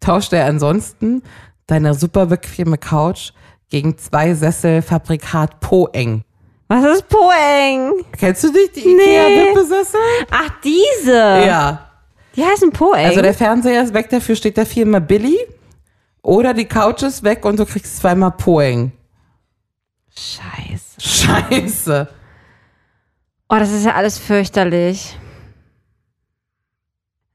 [SPEAKER 2] tauscht er ansonsten deine super bequeme Couch gegen zwei Sessel Fabrikat Poeng.
[SPEAKER 3] Was ist Poeng?
[SPEAKER 2] Kennst du dich, die
[SPEAKER 3] Nee. Ähm,
[SPEAKER 2] Ikea-Wippesessel?
[SPEAKER 3] Ach, diese.
[SPEAKER 2] Ja.
[SPEAKER 3] Die heißen Poeng.
[SPEAKER 2] Also der Fernseher ist weg, dafür steht da viermal Billy. Oder die Couch ist weg und du kriegst zweimal Poeng. (laughs)
[SPEAKER 3] Scheiße.
[SPEAKER 2] Scheiße.
[SPEAKER 3] Oh, das ist ja alles fürchterlich.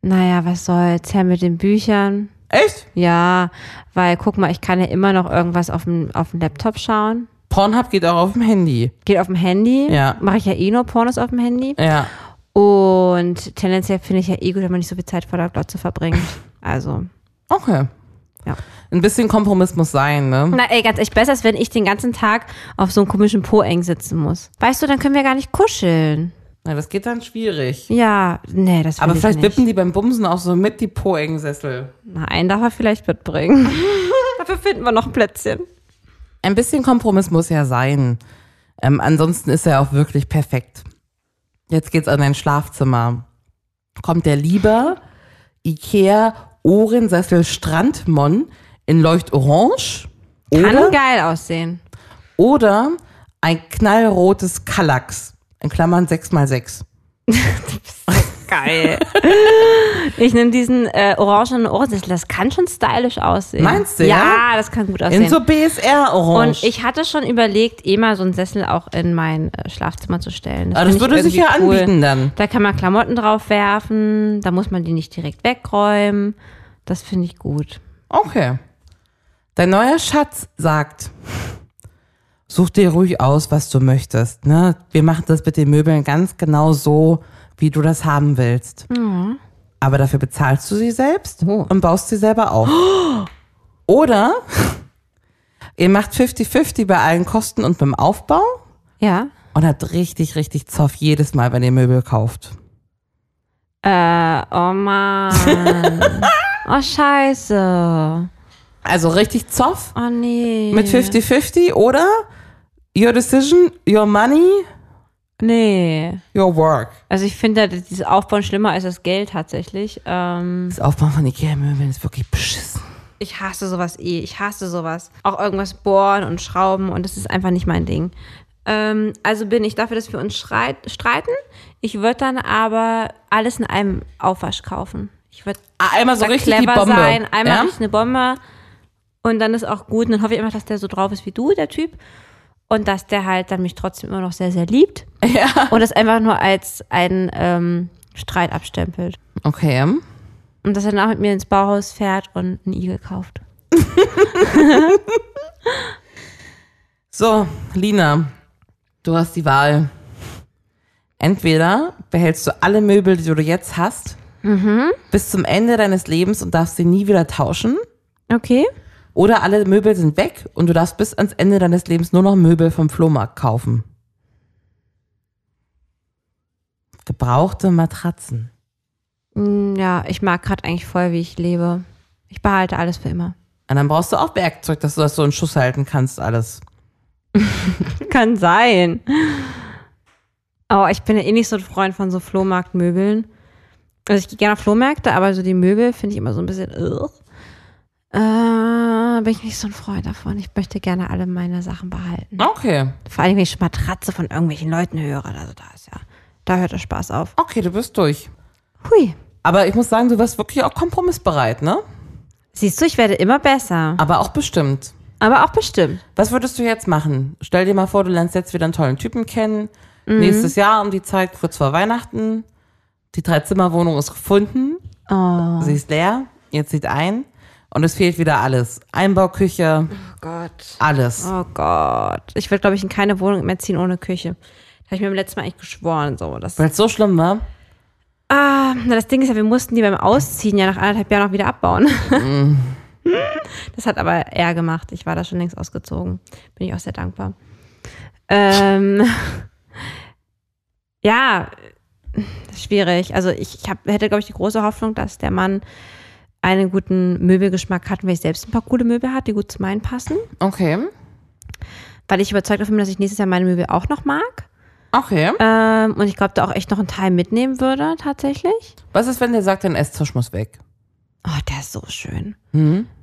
[SPEAKER 3] Naja, was soll's? Her mit den Büchern.
[SPEAKER 2] Echt?
[SPEAKER 3] Ja, weil guck mal, ich kann ja immer noch irgendwas auf dem, auf dem Laptop schauen.
[SPEAKER 2] Pornhub geht auch auf dem Handy.
[SPEAKER 3] Geht auf dem Handy.
[SPEAKER 2] Ja.
[SPEAKER 3] Mache ich ja eh nur Pornos auf dem Handy.
[SPEAKER 2] Ja.
[SPEAKER 3] Und tendenziell finde ich ja eh gut, wenn man nicht so viel Zeit vor der
[SPEAKER 2] (laughs)
[SPEAKER 3] Glotze verbringt. Also.
[SPEAKER 2] Okay.
[SPEAKER 3] Ja.
[SPEAKER 2] Ein bisschen Kompromiss muss sein, ne?
[SPEAKER 3] Na ey, ganz echt, besser ist, wenn ich den ganzen Tag auf so einem komischen Po-Eng sitzen muss. Weißt du, dann können wir gar nicht kuscheln.
[SPEAKER 2] Na, das geht dann schwierig.
[SPEAKER 3] Ja, nee, das will
[SPEAKER 2] Aber
[SPEAKER 3] ich
[SPEAKER 2] vielleicht
[SPEAKER 3] nicht.
[SPEAKER 2] wippen die beim Bumsen auch so mit die Poeng-Sessel.
[SPEAKER 3] Na, einen darf er vielleicht mitbringen.
[SPEAKER 2] (laughs)
[SPEAKER 3] Dafür finden wir noch ein Plätzchen.
[SPEAKER 2] Ein bisschen Kompromiss muss ja sein. Ähm, ansonsten ist er auch wirklich perfekt. Jetzt geht's an dein Schlafzimmer. Kommt der lieber Ikea Ohrensessel Strandmon in Leuchtorange
[SPEAKER 3] Kann
[SPEAKER 2] oder,
[SPEAKER 3] geil aussehen.
[SPEAKER 2] oder ein knallrotes Kallax in Klammern 6x6.
[SPEAKER 3] Geil. (laughs) ich nehme diesen äh, orangenen Ohrensessel. Das kann schon stylisch aussehen.
[SPEAKER 2] Meinst du,
[SPEAKER 3] Ja, das kann gut aussehen.
[SPEAKER 2] In so BSR Orange.
[SPEAKER 3] und ich hatte schon überlegt, eh mal so einen Sessel auch in mein äh, Schlafzimmer zu stellen.
[SPEAKER 2] Ah, das
[SPEAKER 3] find ich
[SPEAKER 2] würde sich ja
[SPEAKER 3] irgendwie cool.
[SPEAKER 2] anbieten dann.
[SPEAKER 3] Da kann man Klamotten drauf werfen, da muss man die nicht direkt wegräumen. Das finde ich gut.
[SPEAKER 2] Okay. Dein neuer Schatz sagt, such dir ruhig aus, was du möchtest. Ne? Wir machen das mit den Möbeln ganz genau so, wie du das haben willst. Aber dafür bezahlst du sie selbst
[SPEAKER 3] Oh.
[SPEAKER 2] und baust sie selber (gasps) auf. Oder ihr macht 50-50 bei allen Kosten und beim Aufbau
[SPEAKER 3] Ja.
[SPEAKER 2] und habt richtig, richtig Zoff jedes Mal, wenn ihr Möbel kauft.
[SPEAKER 3] Äh, oh Mann. oh Scheiße.
[SPEAKER 2] Also richtig Zoff
[SPEAKER 3] Oh nee.
[SPEAKER 2] Mit 50-50 oder your decision, your money,
[SPEAKER 3] Nee.
[SPEAKER 2] your work.
[SPEAKER 3] Also ich finde dass dieses Aufbauen schlimmer als das Geld tatsächlich. Ähm,
[SPEAKER 2] Das Aufbauen von Ikea-Möbeln ist wirklich beschissen.
[SPEAKER 3] ich hasse sowas eh. Ich hasse sowas. Auch irgendwas bohren und schrauben und das ist einfach nicht mein Ding. Ähm, also bin ich dafür, dass wir uns schreit, streiten. Ich würde dann aber alles in einem Aufwasch kaufen. Ich würde
[SPEAKER 2] Ah, einmal so
[SPEAKER 3] da
[SPEAKER 2] richtig die
[SPEAKER 3] clever
[SPEAKER 2] Bombe.
[SPEAKER 3] sein, einmal
[SPEAKER 2] ja?
[SPEAKER 3] richtig eine Bombe und dann ist auch gut. Und dann hoffe ich immer, dass der so drauf ist wie du, der Typ. Und dass der halt dann mich trotzdem immer noch sehr, sehr
[SPEAKER 2] (laughs)
[SPEAKER 3] liebt.
[SPEAKER 2] ja.
[SPEAKER 3] Und das einfach nur als einen ähm, Streit abstempelt.
[SPEAKER 2] Okay.
[SPEAKER 3] Und dass er dann auch mit mir ins Bauhaus fährt und einen Igel kauft.
[SPEAKER 2] So, Lina, du hast die Wahl. Entweder behältst du alle Möbel, die du jetzt hast,
[SPEAKER 3] Mhm.
[SPEAKER 2] bis zum Ende deines Lebens und darfst sie nie wieder tauschen.
[SPEAKER 3] Okay.
[SPEAKER 2] Oder alle Möbel sind weg und du darfst bis ans Ende deines Lebens nur noch Möbel vom Flohmarkt kaufen. Gebrauchte Matratzen.
[SPEAKER 3] Mm, Ja, ich mag gerade eigentlich voll, wie ich lebe. Ich behalte alles für immer.
[SPEAKER 2] Und dann brauchst du auch Werkzeug, dass du das so in Schuss halten kannst, alles.
[SPEAKER 3] Kann sein. Oh, ich bin ja eh nicht so ein Freund von so Flohmarktmöbeln. Also ich gehe gerne auf Flohmärkte, aber so die Möbel finde ich immer so ein bisschen. Ugh. Äh, bin ich nicht so ein Freund davon. Ich möchte gerne alle meine Sachen behalten.
[SPEAKER 2] Okay.
[SPEAKER 3] Vor allem, wenn ich Matratze von irgendwelchen Leuten höre. Also da ist ja, da hört der Spaß auf.
[SPEAKER 2] Okay, du bist durch.
[SPEAKER 3] Hui.
[SPEAKER 2] Aber ich muss sagen, du warst wirklich auch kompromissbereit, ne?
[SPEAKER 3] Siehst du, ich werde immer besser.
[SPEAKER 2] Aber auch bestimmt.
[SPEAKER 3] Aber auch bestimmt.
[SPEAKER 2] Was würdest du jetzt machen? Stell dir mal vor, du lernst jetzt wieder einen tollen Typen kennen.
[SPEAKER 3] Mhm.
[SPEAKER 2] Nächstes Jahr um die Zeit, kurz vor Weihnachten. Die Dreizimmerwohnung ist gefunden.
[SPEAKER 3] Oh.
[SPEAKER 2] Sie ist leer. Jetzt sieht ein. Und es fehlt wieder alles. Einbauküche,
[SPEAKER 3] Oh Gott.
[SPEAKER 2] alles.
[SPEAKER 3] Oh Gott. Ich würde, glaube ich, in keine Wohnung mehr ziehen ohne Küche. Da habe ich mir beim letzten Mal eigentlich geschworen. So, das
[SPEAKER 2] Weil es so schlimm war.
[SPEAKER 3] Ah, na das Ding ist ja, wir mussten die beim Ausziehen ja nach anderthalb Jahren auch wieder abbauen. (laughs) das hat aber er gemacht. Ich war da schon längst ausgezogen. Bin ich auch sehr dankbar. Ähm, (laughs) ja, schwierig. Also ich, ich hab, hätte, glaube ich, die große Hoffnung, dass der Mann einen guten Möbelgeschmack hat, und weil ich selbst ein paar coole Möbel hatte, die gut zu meinen passen.
[SPEAKER 2] Okay.
[SPEAKER 3] Weil ich überzeugt davon bin, dass ich nächstes Jahr meine Möbel auch noch mag.
[SPEAKER 2] Okay.
[SPEAKER 3] Ähm, und ich glaube, da auch echt noch einen Teil mitnehmen würde, tatsächlich.
[SPEAKER 2] Was ist, wenn der sagt, dein Esstisch muss weg?
[SPEAKER 3] Oh, der ist so schön.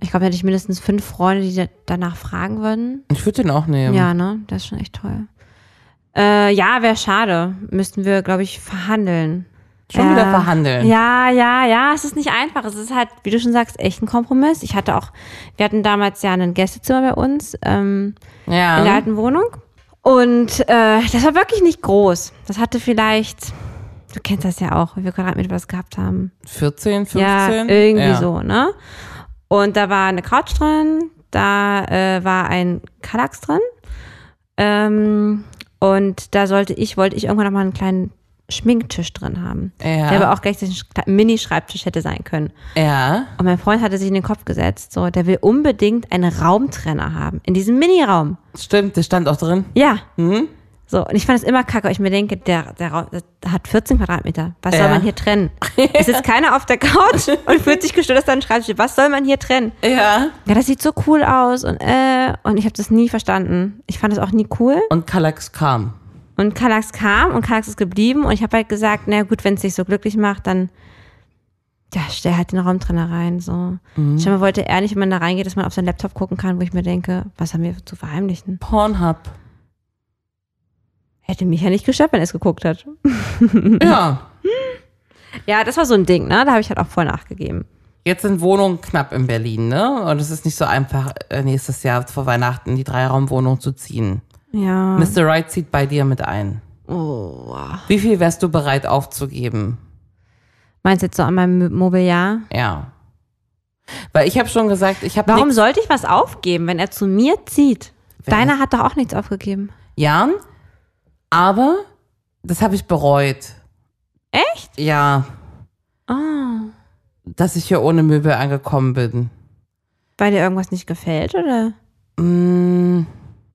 [SPEAKER 3] Ich glaube, da hätte ich mindestens fünf Freunde, die da danach fragen würden.
[SPEAKER 2] Ich würde den auch nehmen.
[SPEAKER 3] Ja, ne? Das ist schon echt toll. Äh, ja, wäre schade. Müssten wir, glaube ich, verhandeln.
[SPEAKER 2] Schon
[SPEAKER 3] ja.
[SPEAKER 2] wieder verhandeln.
[SPEAKER 3] Ja, ja, ja. Es ist nicht einfach. Es ist halt, wie du schon sagst, echt ein Kompromiss. Ich hatte auch, wir hatten damals ja ein Gästezimmer bei uns ähm, in der
[SPEAKER 2] Ja.
[SPEAKER 3] alten Wohnung. Und äh, das war wirklich nicht groß. Das hatte vielleicht, du kennst das ja auch, wie viel Quadratmeter wir das gehabt haben.
[SPEAKER 2] 14, 15?
[SPEAKER 3] Ja, irgendwie
[SPEAKER 2] Ja.
[SPEAKER 3] so, ne? Und da war eine Couch drin, da äh, war ein Kallax drin. Ähm, und da sollte ich, wollte ich irgendwann nochmal einen kleinen Schminktisch drin haben.
[SPEAKER 2] Ja.
[SPEAKER 3] Der aber auch gleichzeitig ein Sch- Mini-Schreibtisch hätte sein können.
[SPEAKER 2] Ja.
[SPEAKER 3] Und mein Freund hatte sich in den Kopf gesetzt, so, der will unbedingt einen Raumtrenner haben. In diesem Mini-Raum.
[SPEAKER 2] Stimmt, der stand auch drin.
[SPEAKER 3] Ja. So, und ich fand es immer kacke, weil ich mir denke, der, der Raum das hat 14 Quadratmeter. Was
[SPEAKER 2] Ja.
[SPEAKER 3] soll man hier trennen? Es sitzt keiner auf der Couch und fühlt sich gestört, dass da ein Schreibtisch steht. Was soll man hier trennen?
[SPEAKER 2] Ja.
[SPEAKER 3] Ja, das sieht so cool aus und äh, und ich habe das nie verstanden. Ich fand das auch nie cool.
[SPEAKER 2] Und Kallax kam.
[SPEAKER 3] Und Kallax kam und Kallax ist geblieben und ich habe halt gesagt, na gut, wenn es dich so glücklich macht, dann ja, stell halt den Raumtrenner rein. So. Scheinbar wollte er nicht, wenn man da reingeht, dass man auf seinen Laptop gucken kann, wo ich mir denke, was haben wir zu verheimlichen?
[SPEAKER 2] Pornhub.
[SPEAKER 3] Hätte mich ja nicht gestört, wenn er es geguckt hat.
[SPEAKER 2] Ja.
[SPEAKER 3] Ja, das war so ein Ding, ne? Da habe ich halt auch voll nachgegeben.
[SPEAKER 2] Jetzt sind Wohnungen knapp in Berlin, ne? Und es ist nicht so einfach, äh, nächstes Jahr vor Weihnachten die Dreiraumwohnung zu ziehen.
[SPEAKER 3] Ja.
[SPEAKER 2] Mr. Right zieht bei dir mit ein.
[SPEAKER 3] Oh.
[SPEAKER 2] Wie viel wärst du bereit aufzugeben?
[SPEAKER 3] Meinst du jetzt so an meinem Mö- Mobiliar?
[SPEAKER 2] Ja. Weil ich habe schon gesagt, ich habe
[SPEAKER 3] Warum
[SPEAKER 2] nix-
[SPEAKER 3] sollte ich was aufgeben, wenn er zu mir zieht?
[SPEAKER 2] Wer-
[SPEAKER 3] Deiner hat doch auch nichts aufgegeben.
[SPEAKER 2] Jan, aber das habe ich bereut.
[SPEAKER 3] Echt?
[SPEAKER 2] Ja,
[SPEAKER 3] Oh.
[SPEAKER 2] dass ich hier ohne Möbel angekommen bin.
[SPEAKER 3] Weil dir irgendwas nicht gefällt, oder?
[SPEAKER 2] Mm,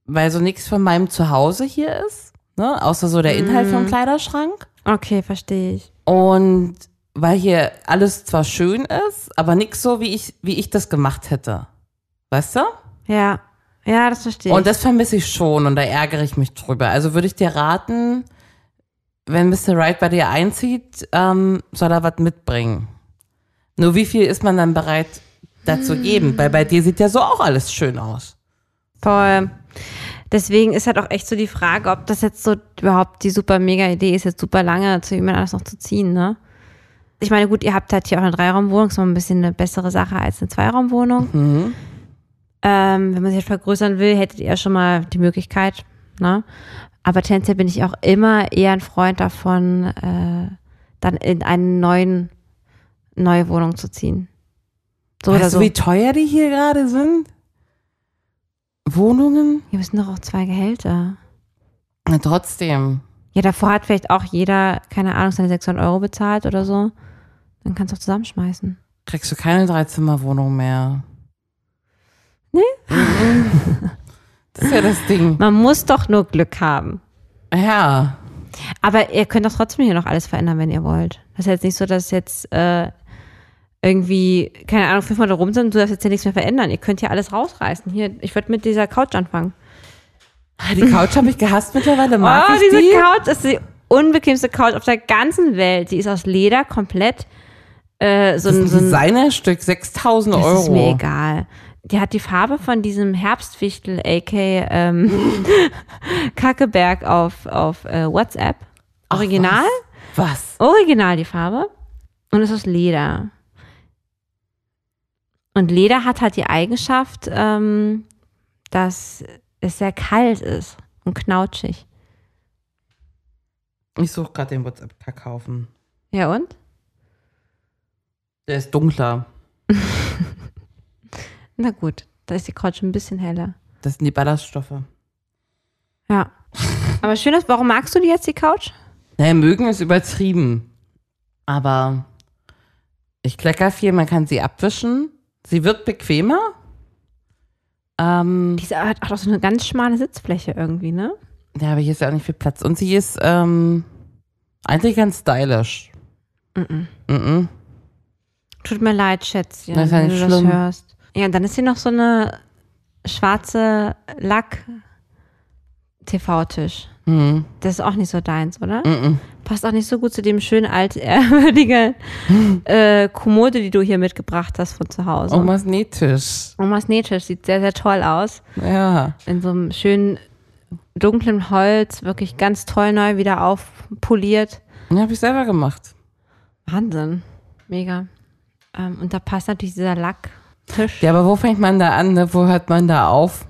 [SPEAKER 2] weil so nichts von meinem Zuhause hier ist, ne? Außer so der Inhalt
[SPEAKER 3] Mm.
[SPEAKER 2] vom Kleiderschrank.
[SPEAKER 3] Okay, verstehe ich.
[SPEAKER 2] Und weil hier alles zwar schön ist, aber nix so, wie ich, wie ich das gemacht hätte. Weißt du?
[SPEAKER 3] Ja. Ja, das verstehe ich.
[SPEAKER 2] Und das vermisse ich schon und da ärgere ich mich drüber. Also würde ich dir raten, wenn Mr. Wright bei dir einzieht, ähm, soll er was mitbringen. Nur wie viel ist man dann bereit,
[SPEAKER 3] Hm.
[SPEAKER 2] dazu geben? Weil bei dir sieht ja so auch alles schön aus.
[SPEAKER 3] Voll. Deswegen ist halt auch echt so die Frage, ob das jetzt so überhaupt die super mega Idee ist, jetzt super lange zu jemand anders noch zu ziehen, ne? Ich meine, gut, ihr habt halt hier auch eine Dreiraumwohnung, ist noch ein bisschen eine bessere Sache als eine Zweiraumwohnung. Ähm, wenn man sich halt vergrößern will, hättet ihr ja schon mal die Möglichkeit, ne? Aber tendenziell bin ich auch immer eher ein Freund davon, äh, dann in einen neuen, neue Wohnung zu ziehen. So oder
[SPEAKER 2] Weißt
[SPEAKER 3] so.
[SPEAKER 2] du, wie teuer die hier gerade sind? Wohnungen?
[SPEAKER 3] Hier müssen doch auch zwei Gehälter.
[SPEAKER 2] Na, trotzdem.
[SPEAKER 3] Ja, davor hat vielleicht auch jeder, keine Ahnung, seine 600 Euro bezahlt oder so. Dann kannst du auch zusammenschmeißen.
[SPEAKER 2] Kriegst du keine Dreizimmerwohnung mehr.
[SPEAKER 3] Nee.
[SPEAKER 2] Mhm. (laughs) das ist ja das Ding.
[SPEAKER 3] Man muss doch nur Glück haben.
[SPEAKER 2] Ja.
[SPEAKER 3] Aber ihr könnt doch trotzdem hier noch alles verändern, wenn ihr wollt. Das ist jetzt nicht so, dass jetzt äh, irgendwie, keine Ahnung, fünf Monate rum sind und du darfst jetzt hier nichts mehr verändern. Ihr könnt hier alles rausreißen. Hier, ich würde mit dieser Couch anfangen.
[SPEAKER 2] Ah, Die Couch habe ich gehasst mittlerweile. Mag
[SPEAKER 3] oh,
[SPEAKER 2] ich
[SPEAKER 3] diese
[SPEAKER 2] die?
[SPEAKER 3] Couch ist die unbequemste Couch auf der ganzen Welt. Die ist aus Leder komplett. Äh, so
[SPEAKER 2] Das
[SPEAKER 3] ein,
[SPEAKER 2] ist
[SPEAKER 3] so
[SPEAKER 2] ein
[SPEAKER 3] ein
[SPEAKER 2] Designerstück, 6000 Euro.
[SPEAKER 3] Das ist mir egal. Die hat die Farbe von diesem Herbstfichtel, a.k. Ähm, (laughs) Kackeberg auf, auf äh, WhatsApp. Original.
[SPEAKER 2] Was?
[SPEAKER 3] Original die Farbe. Und es ist Leder. Und Leder hat halt die Eigenschaft, ähm, dass es sehr kalt ist und knautschig.
[SPEAKER 2] Ich suche gerade den WhatsApp-Kackhaufen.
[SPEAKER 3] Ja und?
[SPEAKER 2] Der ist dunkler.
[SPEAKER 3] Na gut, da ist die Couch ein bisschen heller.
[SPEAKER 2] Das sind die Ballaststoffe.
[SPEAKER 3] Ja. (laughs) Aber schön ist, warum magst du die jetzt, die Couch?
[SPEAKER 2] Naja, mögen ist übertrieben. Aber ich klecker viel, man kann sie abwischen. Sie wird bequemer. Ähm,
[SPEAKER 3] Diese hat auch so eine ganz schmale Sitzfläche irgendwie, ne?
[SPEAKER 2] ja, aber hier ist ja auch nicht viel Platz. Und sie ist ähm, eigentlich ganz stylisch. Mhm. Mhm.
[SPEAKER 3] Tut mir leid, Schätzchen,
[SPEAKER 2] Das ist ja
[SPEAKER 3] wenn du
[SPEAKER 2] nicht
[SPEAKER 3] das
[SPEAKER 2] schlimm.
[SPEAKER 3] hörst. Ja, und dann ist hier noch so eine schwarze Lack-TV-Tisch.
[SPEAKER 2] Mhm.
[SPEAKER 3] Das ist auch nicht so deins, oder?
[SPEAKER 2] Mhm.
[SPEAKER 3] Passt auch nicht so gut zu dem schönen, altehrwürdigen (laughs) äh, Kommode, die du hier mitgebracht hast von zu Hause.
[SPEAKER 2] Omas Nähtisch.
[SPEAKER 3] Omas Nähtisch sieht sehr, sehr toll aus.
[SPEAKER 2] Ja.
[SPEAKER 3] in so einem schönen dunklen Holz, wirklich ganz toll neu wieder aufpoliert.
[SPEAKER 2] Den habe ich selber gemacht.
[SPEAKER 3] Wahnsinn. Mega. Ähm, und da passt natürlich dieser Lacktisch.
[SPEAKER 2] Ja, aber wo fängt man da an? Ne? Wo hört man da auf?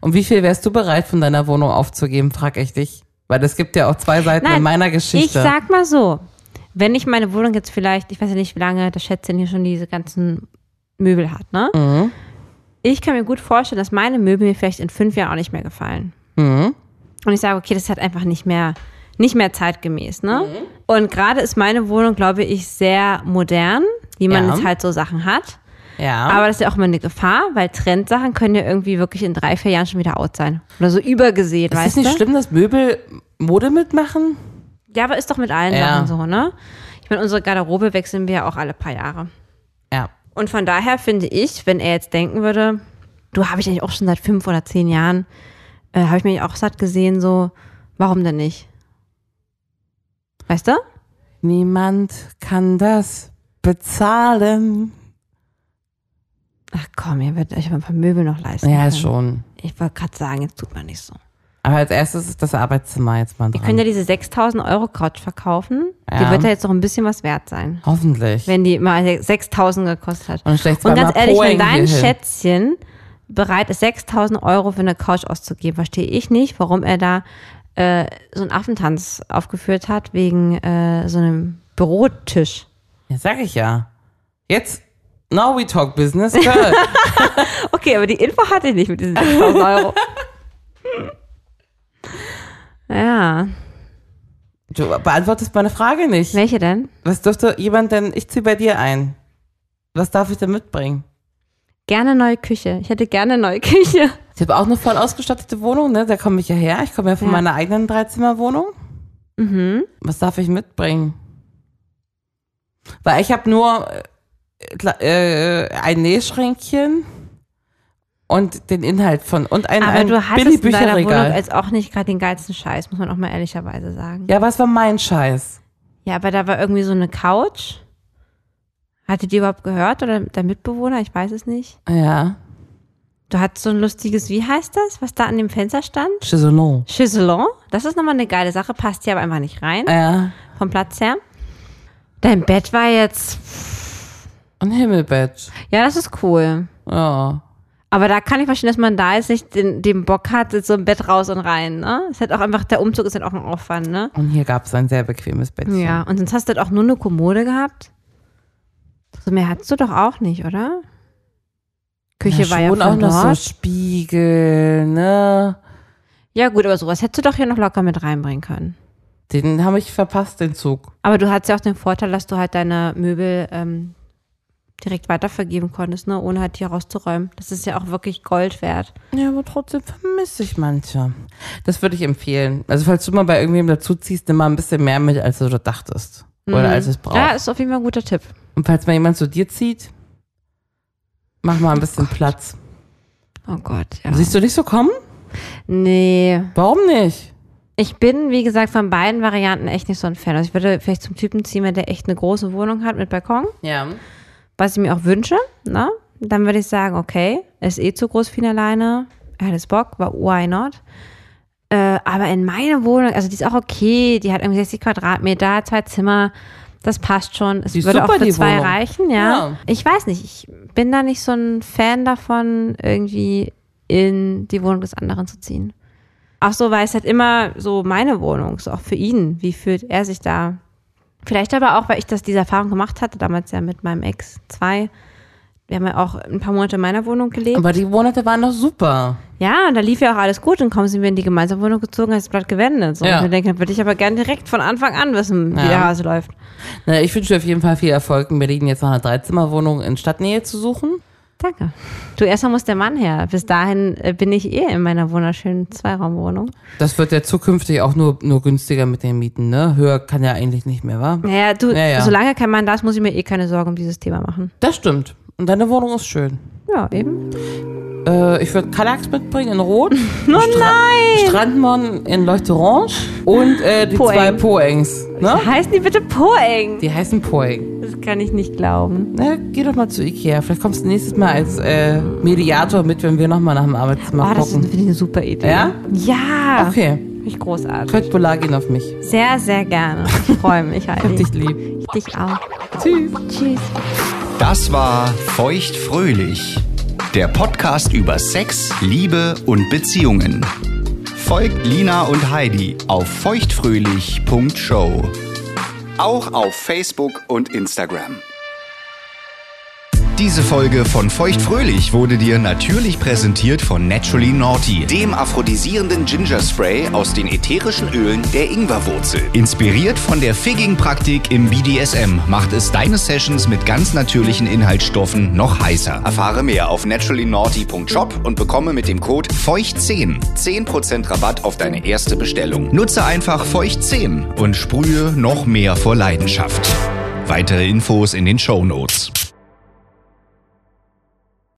[SPEAKER 2] Und wie viel wärst du bereit, von deiner Wohnung aufzugeben, frag ich dich. Weil es gibt ja auch zwei Seiten
[SPEAKER 3] Nein,
[SPEAKER 2] in meiner Geschichte.
[SPEAKER 3] Ich sag mal so, wenn ich meine Wohnung jetzt vielleicht, ich weiß ja nicht, wie lange das Schätzchen hier schon diese ganzen Möbel hat, ne?
[SPEAKER 2] Mhm.
[SPEAKER 3] Ich kann mir gut vorstellen, dass meine Möbel mir vielleicht in fünf Jahren auch nicht mehr gefallen.
[SPEAKER 2] Mhm.
[SPEAKER 3] Und ich sage, okay, das ist halt einfach nicht mehr, nicht mehr zeitgemäß, ne?
[SPEAKER 2] Mhm.
[SPEAKER 3] Und gerade ist meine Wohnung, glaube ich, sehr modern, wie man
[SPEAKER 2] Ja. Ah.
[SPEAKER 3] jetzt halt so Sachen hat.
[SPEAKER 2] Ja.
[SPEAKER 3] Aber das ist ja auch immer eine Gefahr, weil Trendsachen können ja irgendwie wirklich in drei, vier Jahren schon wieder out sein. Oder so übergesehen,
[SPEAKER 2] ist es
[SPEAKER 3] weißt
[SPEAKER 2] nicht
[SPEAKER 3] du?
[SPEAKER 2] schlimm, dass Möbel Mode mitmachen?
[SPEAKER 3] Ja, aber ist doch mit allen
[SPEAKER 2] Ja.
[SPEAKER 3] Sachen so, ne? Ich meine, unsere Garderobe wechseln wir ja auch alle paar Jahre.
[SPEAKER 2] Ja.
[SPEAKER 3] Und von daher finde ich, wenn er jetzt denken würde, du habe ich eigentlich auch schon seit fünf oder zehn Jahren, äh, habe ich mich auch satt gesehen, so, warum denn nicht? Weißt du?
[SPEAKER 2] Niemand kann das bezahlen.
[SPEAKER 3] Ach komm, ihr wird euch aber ein paar Möbel noch leisten.
[SPEAKER 2] Ja,
[SPEAKER 3] können.
[SPEAKER 2] schon.
[SPEAKER 3] Ich wollte gerade sagen, jetzt tut man nicht so.
[SPEAKER 2] Aber als erstes ist das Arbeitszimmer jetzt mal
[SPEAKER 3] Wir können
[SPEAKER 2] dran.
[SPEAKER 3] ja diese 6000 Euro Couch verkaufen. Die
[SPEAKER 2] Ja.
[SPEAKER 3] wird ja jetzt noch ein bisschen was wert sein,
[SPEAKER 2] Hoffentlich.
[SPEAKER 3] wenn die mal 6000 gekostet hat.
[SPEAKER 2] Und schlecht
[SPEAKER 3] Und ganz ehrlich, wenn dein Schätzchen bereit ist, 6000 Euro für eine Couch auszugeben, verstehe ich nicht, warum er da äh, so einen Affentanz aufgeführt hat wegen äh, so einem Bürotisch.
[SPEAKER 2] Ja, sag ich ja. Jetzt, now we talk business, girl.
[SPEAKER 3] (laughs) Okay, aber die Info hatte ich nicht mit diesen 6000 Euro. ja,
[SPEAKER 2] Du beantwortest meine Frage nicht.
[SPEAKER 3] welche denn?
[SPEAKER 2] Was dürfte jemand denn, ich ziehe bei dir ein. Was darf ich denn mitbringen?
[SPEAKER 3] Gerne neue Küche. Ich hätte gerne neue Küche.
[SPEAKER 2] Ich habe auch eine voll ausgestattete Wohnung, ne? Da komme ich ja her. Ich komme ja von
[SPEAKER 3] Ja.
[SPEAKER 2] meiner eigenen Dreizimmerwohnung.
[SPEAKER 3] Mhm.
[SPEAKER 2] Was darf ich mitbringen? Weil ich habe nur äh, kla- äh, ein Nähschränkchen und den Inhalt von und ein,
[SPEAKER 3] Aber
[SPEAKER 2] ein
[SPEAKER 3] du hattest in deiner Wohnung also
[SPEAKER 2] Billigbücherregal.
[SPEAKER 3] als auch nicht gerade den geilsten Scheiß, muss man auch mal ehrlicherweise sagen.
[SPEAKER 2] Ja, was war mein Scheiß?
[SPEAKER 3] Ja, aber da war irgendwie so eine Couch. Hatte die überhaupt gehört oder der Mitbewohner? Ich weiß es nicht.
[SPEAKER 2] Ja.
[SPEAKER 3] Du hattest so ein lustiges, wie heißt das, was da an dem Fenster stand?
[SPEAKER 2] Chiselon.
[SPEAKER 3] Chiselon. Das ist nochmal eine geile Sache, passt hier aber einfach nicht rein,
[SPEAKER 2] Ja.
[SPEAKER 3] vom Platz her. Dein Bett war jetzt,
[SPEAKER 2] Ein Himmelbett.
[SPEAKER 3] ja, das ist cool.
[SPEAKER 2] Ja.
[SPEAKER 3] Aber da kann ich verstehen, dass man da jetzt nicht den, den Bock hat, jetzt so ein Bett raus und rein, ne? Ist halt auch einfach, der Umzug ist halt auch ein Aufwand, ne?
[SPEAKER 2] Und hier gab es ein sehr bequemes Bettchen.
[SPEAKER 3] Ja, und sonst hast du halt auch nur eine Kommode gehabt. So mehr hattest du doch auch nicht, oder? Küche
[SPEAKER 2] ja,
[SPEAKER 3] war ja
[SPEAKER 2] schon
[SPEAKER 3] von
[SPEAKER 2] auch noch so
[SPEAKER 3] dort.
[SPEAKER 2] Spiegel, ne?
[SPEAKER 3] Ja gut, aber sowas hättest du doch hier noch locker mit reinbringen können.
[SPEAKER 2] Den habe ich verpasst, den Zug.
[SPEAKER 3] Aber du hattest ja auch den Vorteil, dass du halt deine Möbel ähm, direkt weitervergeben konntest, ne? ohne halt hier rauszuräumen. Das ist ja auch wirklich Gold wert.
[SPEAKER 2] Ja, aber trotzdem vermisse ich manche. Das würde ich empfehlen. Also falls du mal bei irgendjemandem dazuziehst, nimm mal ein bisschen mehr mit, als du da dachtest. Oder als es braucht.
[SPEAKER 3] Ja, ist auf jeden Fall ein guter Tipp.
[SPEAKER 2] Und falls mal jemand zu dir zieht, mach mal ein bisschen Platz.
[SPEAKER 3] Oh Gott, ja.
[SPEAKER 2] Siehst du nicht so kommen?
[SPEAKER 3] Nee.
[SPEAKER 2] Warum nicht?
[SPEAKER 3] Ich bin, wie gesagt, von beiden Varianten echt nicht so ein Fan. Also ich würde vielleicht zum Typen ziehen, der echt eine große Wohnung hat mit Balkon.
[SPEAKER 2] Ja.
[SPEAKER 3] was ich mir auch wünsche, ne? Dann würde ich sagen, okay, er ist eh zu groß für ihn alleine. Er hat es Bock, aber why not? Äh, aber in meiner Wohnung, also die ist auch okay, die hat irgendwie 60 Quadratmeter, zwei Zimmer, das passt schon. Es
[SPEAKER 2] Die ist
[SPEAKER 3] würde
[SPEAKER 2] super,
[SPEAKER 3] auch für
[SPEAKER 2] die
[SPEAKER 3] zwei
[SPEAKER 2] Wohnung.
[SPEAKER 3] reichen, ja.
[SPEAKER 2] Ja.
[SPEAKER 3] Ich weiß nicht, ich bin da nicht so ein Fan davon, irgendwie in die Wohnung des anderen zu ziehen. Auch so, weil es halt immer so meine Wohnung ist, auch für ihn. Wie fühlt er sich da? Vielleicht aber auch, weil ich das diese Erfahrung gemacht hatte, damals ja mit meinem Ex 2. Wir haben ja auch ein paar Monate in meiner Wohnung gelebt.
[SPEAKER 2] Aber die Monate waren doch super.
[SPEAKER 3] ja, und da lief ja auch alles gut und kaum sind wir in die gemeinsame Wohnung gezogen, hat das Blatt gewendet. So,
[SPEAKER 2] Ja.
[SPEAKER 3] und wir denken, würde ich aber gerne direkt von Anfang an wissen, wie
[SPEAKER 2] Ja.
[SPEAKER 3] der Hase läuft.
[SPEAKER 2] Na, ich wünsche dir auf jeden Fall viel Erfolg in Berlin, jetzt nach einer Dreizimmerwohnung in Stadtnähe zu suchen.
[SPEAKER 3] Danke. Du, erstmal muss der Mann her. Bis dahin äh, bin ich eh in meiner wunderschönen Zweiraumwohnung.
[SPEAKER 2] Das wird ja zukünftig auch nur, nur günstiger mit den Mieten, ne? Höher kann ja eigentlich nicht mehr, wa?
[SPEAKER 3] Naja, du,
[SPEAKER 2] Ja, ja.
[SPEAKER 3] solange kein Mann da ist, muss ich mir eh keine Sorgen um dieses Thema machen.
[SPEAKER 2] Das stimmt. Und deine Wohnung ist schön.
[SPEAKER 3] Ja, eben.
[SPEAKER 2] Äh, ich würde Kallax mitbringen in
[SPEAKER 3] (laughs)
[SPEAKER 2] Rot. oh nein! Strandmann in Leuchterange und äh, die
[SPEAKER 3] Poeng.
[SPEAKER 2] zwei Poengs. Ne?
[SPEAKER 3] Heißen die bitte Poeng?
[SPEAKER 2] Die heißen Poeng.
[SPEAKER 3] Das kann ich nicht glauben.
[SPEAKER 2] Na, geh doch mal zu Ikea. Vielleicht kommst du nächstes Mal als äh, Mediator mit, wenn wir nochmal nach dem Arbeitszimmer
[SPEAKER 3] Oh, das ist
[SPEAKER 2] gucken.
[SPEAKER 3] finde ich eine super Idee.
[SPEAKER 2] Ja?
[SPEAKER 3] Ja.
[SPEAKER 2] Okay,
[SPEAKER 3] Finde ich großartig.
[SPEAKER 2] Kurt Bulag ihn auf mich.
[SPEAKER 3] Sehr, sehr gerne. Ich freue mich,
[SPEAKER 2] Ich hab
[SPEAKER 3] Heidi.
[SPEAKER 2] dich lieb.
[SPEAKER 3] Ich dich auch.
[SPEAKER 2] Tschüss.
[SPEAKER 3] Tschüss.
[SPEAKER 1] Das war Feuchtfröhlich, der Podcast über Sex, Liebe und Beziehungen. Folgt Lina und Heidi auf feuchtfröhlich.show. Auch auf Facebook und Instagram. Diese Folge von Feuchtfröhlich wurde dir natürlich präsentiert von Naturally Naughty, dem aphrodisierenden Ginger Spray aus den ätherischen Ölen der Ingwerwurzel. Inspiriert von der Figging-Praktik im BDSM macht es deine Sessions mit ganz natürlichen Inhaltsstoffen noch heißer. Erfahre mehr auf naturallynaughty.shop und bekomme mit dem Code Feucht10 10% Rabatt auf deine erste Bestellung. Nutze einfach Feucht10 und sprühe noch mehr vor Leidenschaft. Weitere Infos in den Show Notes.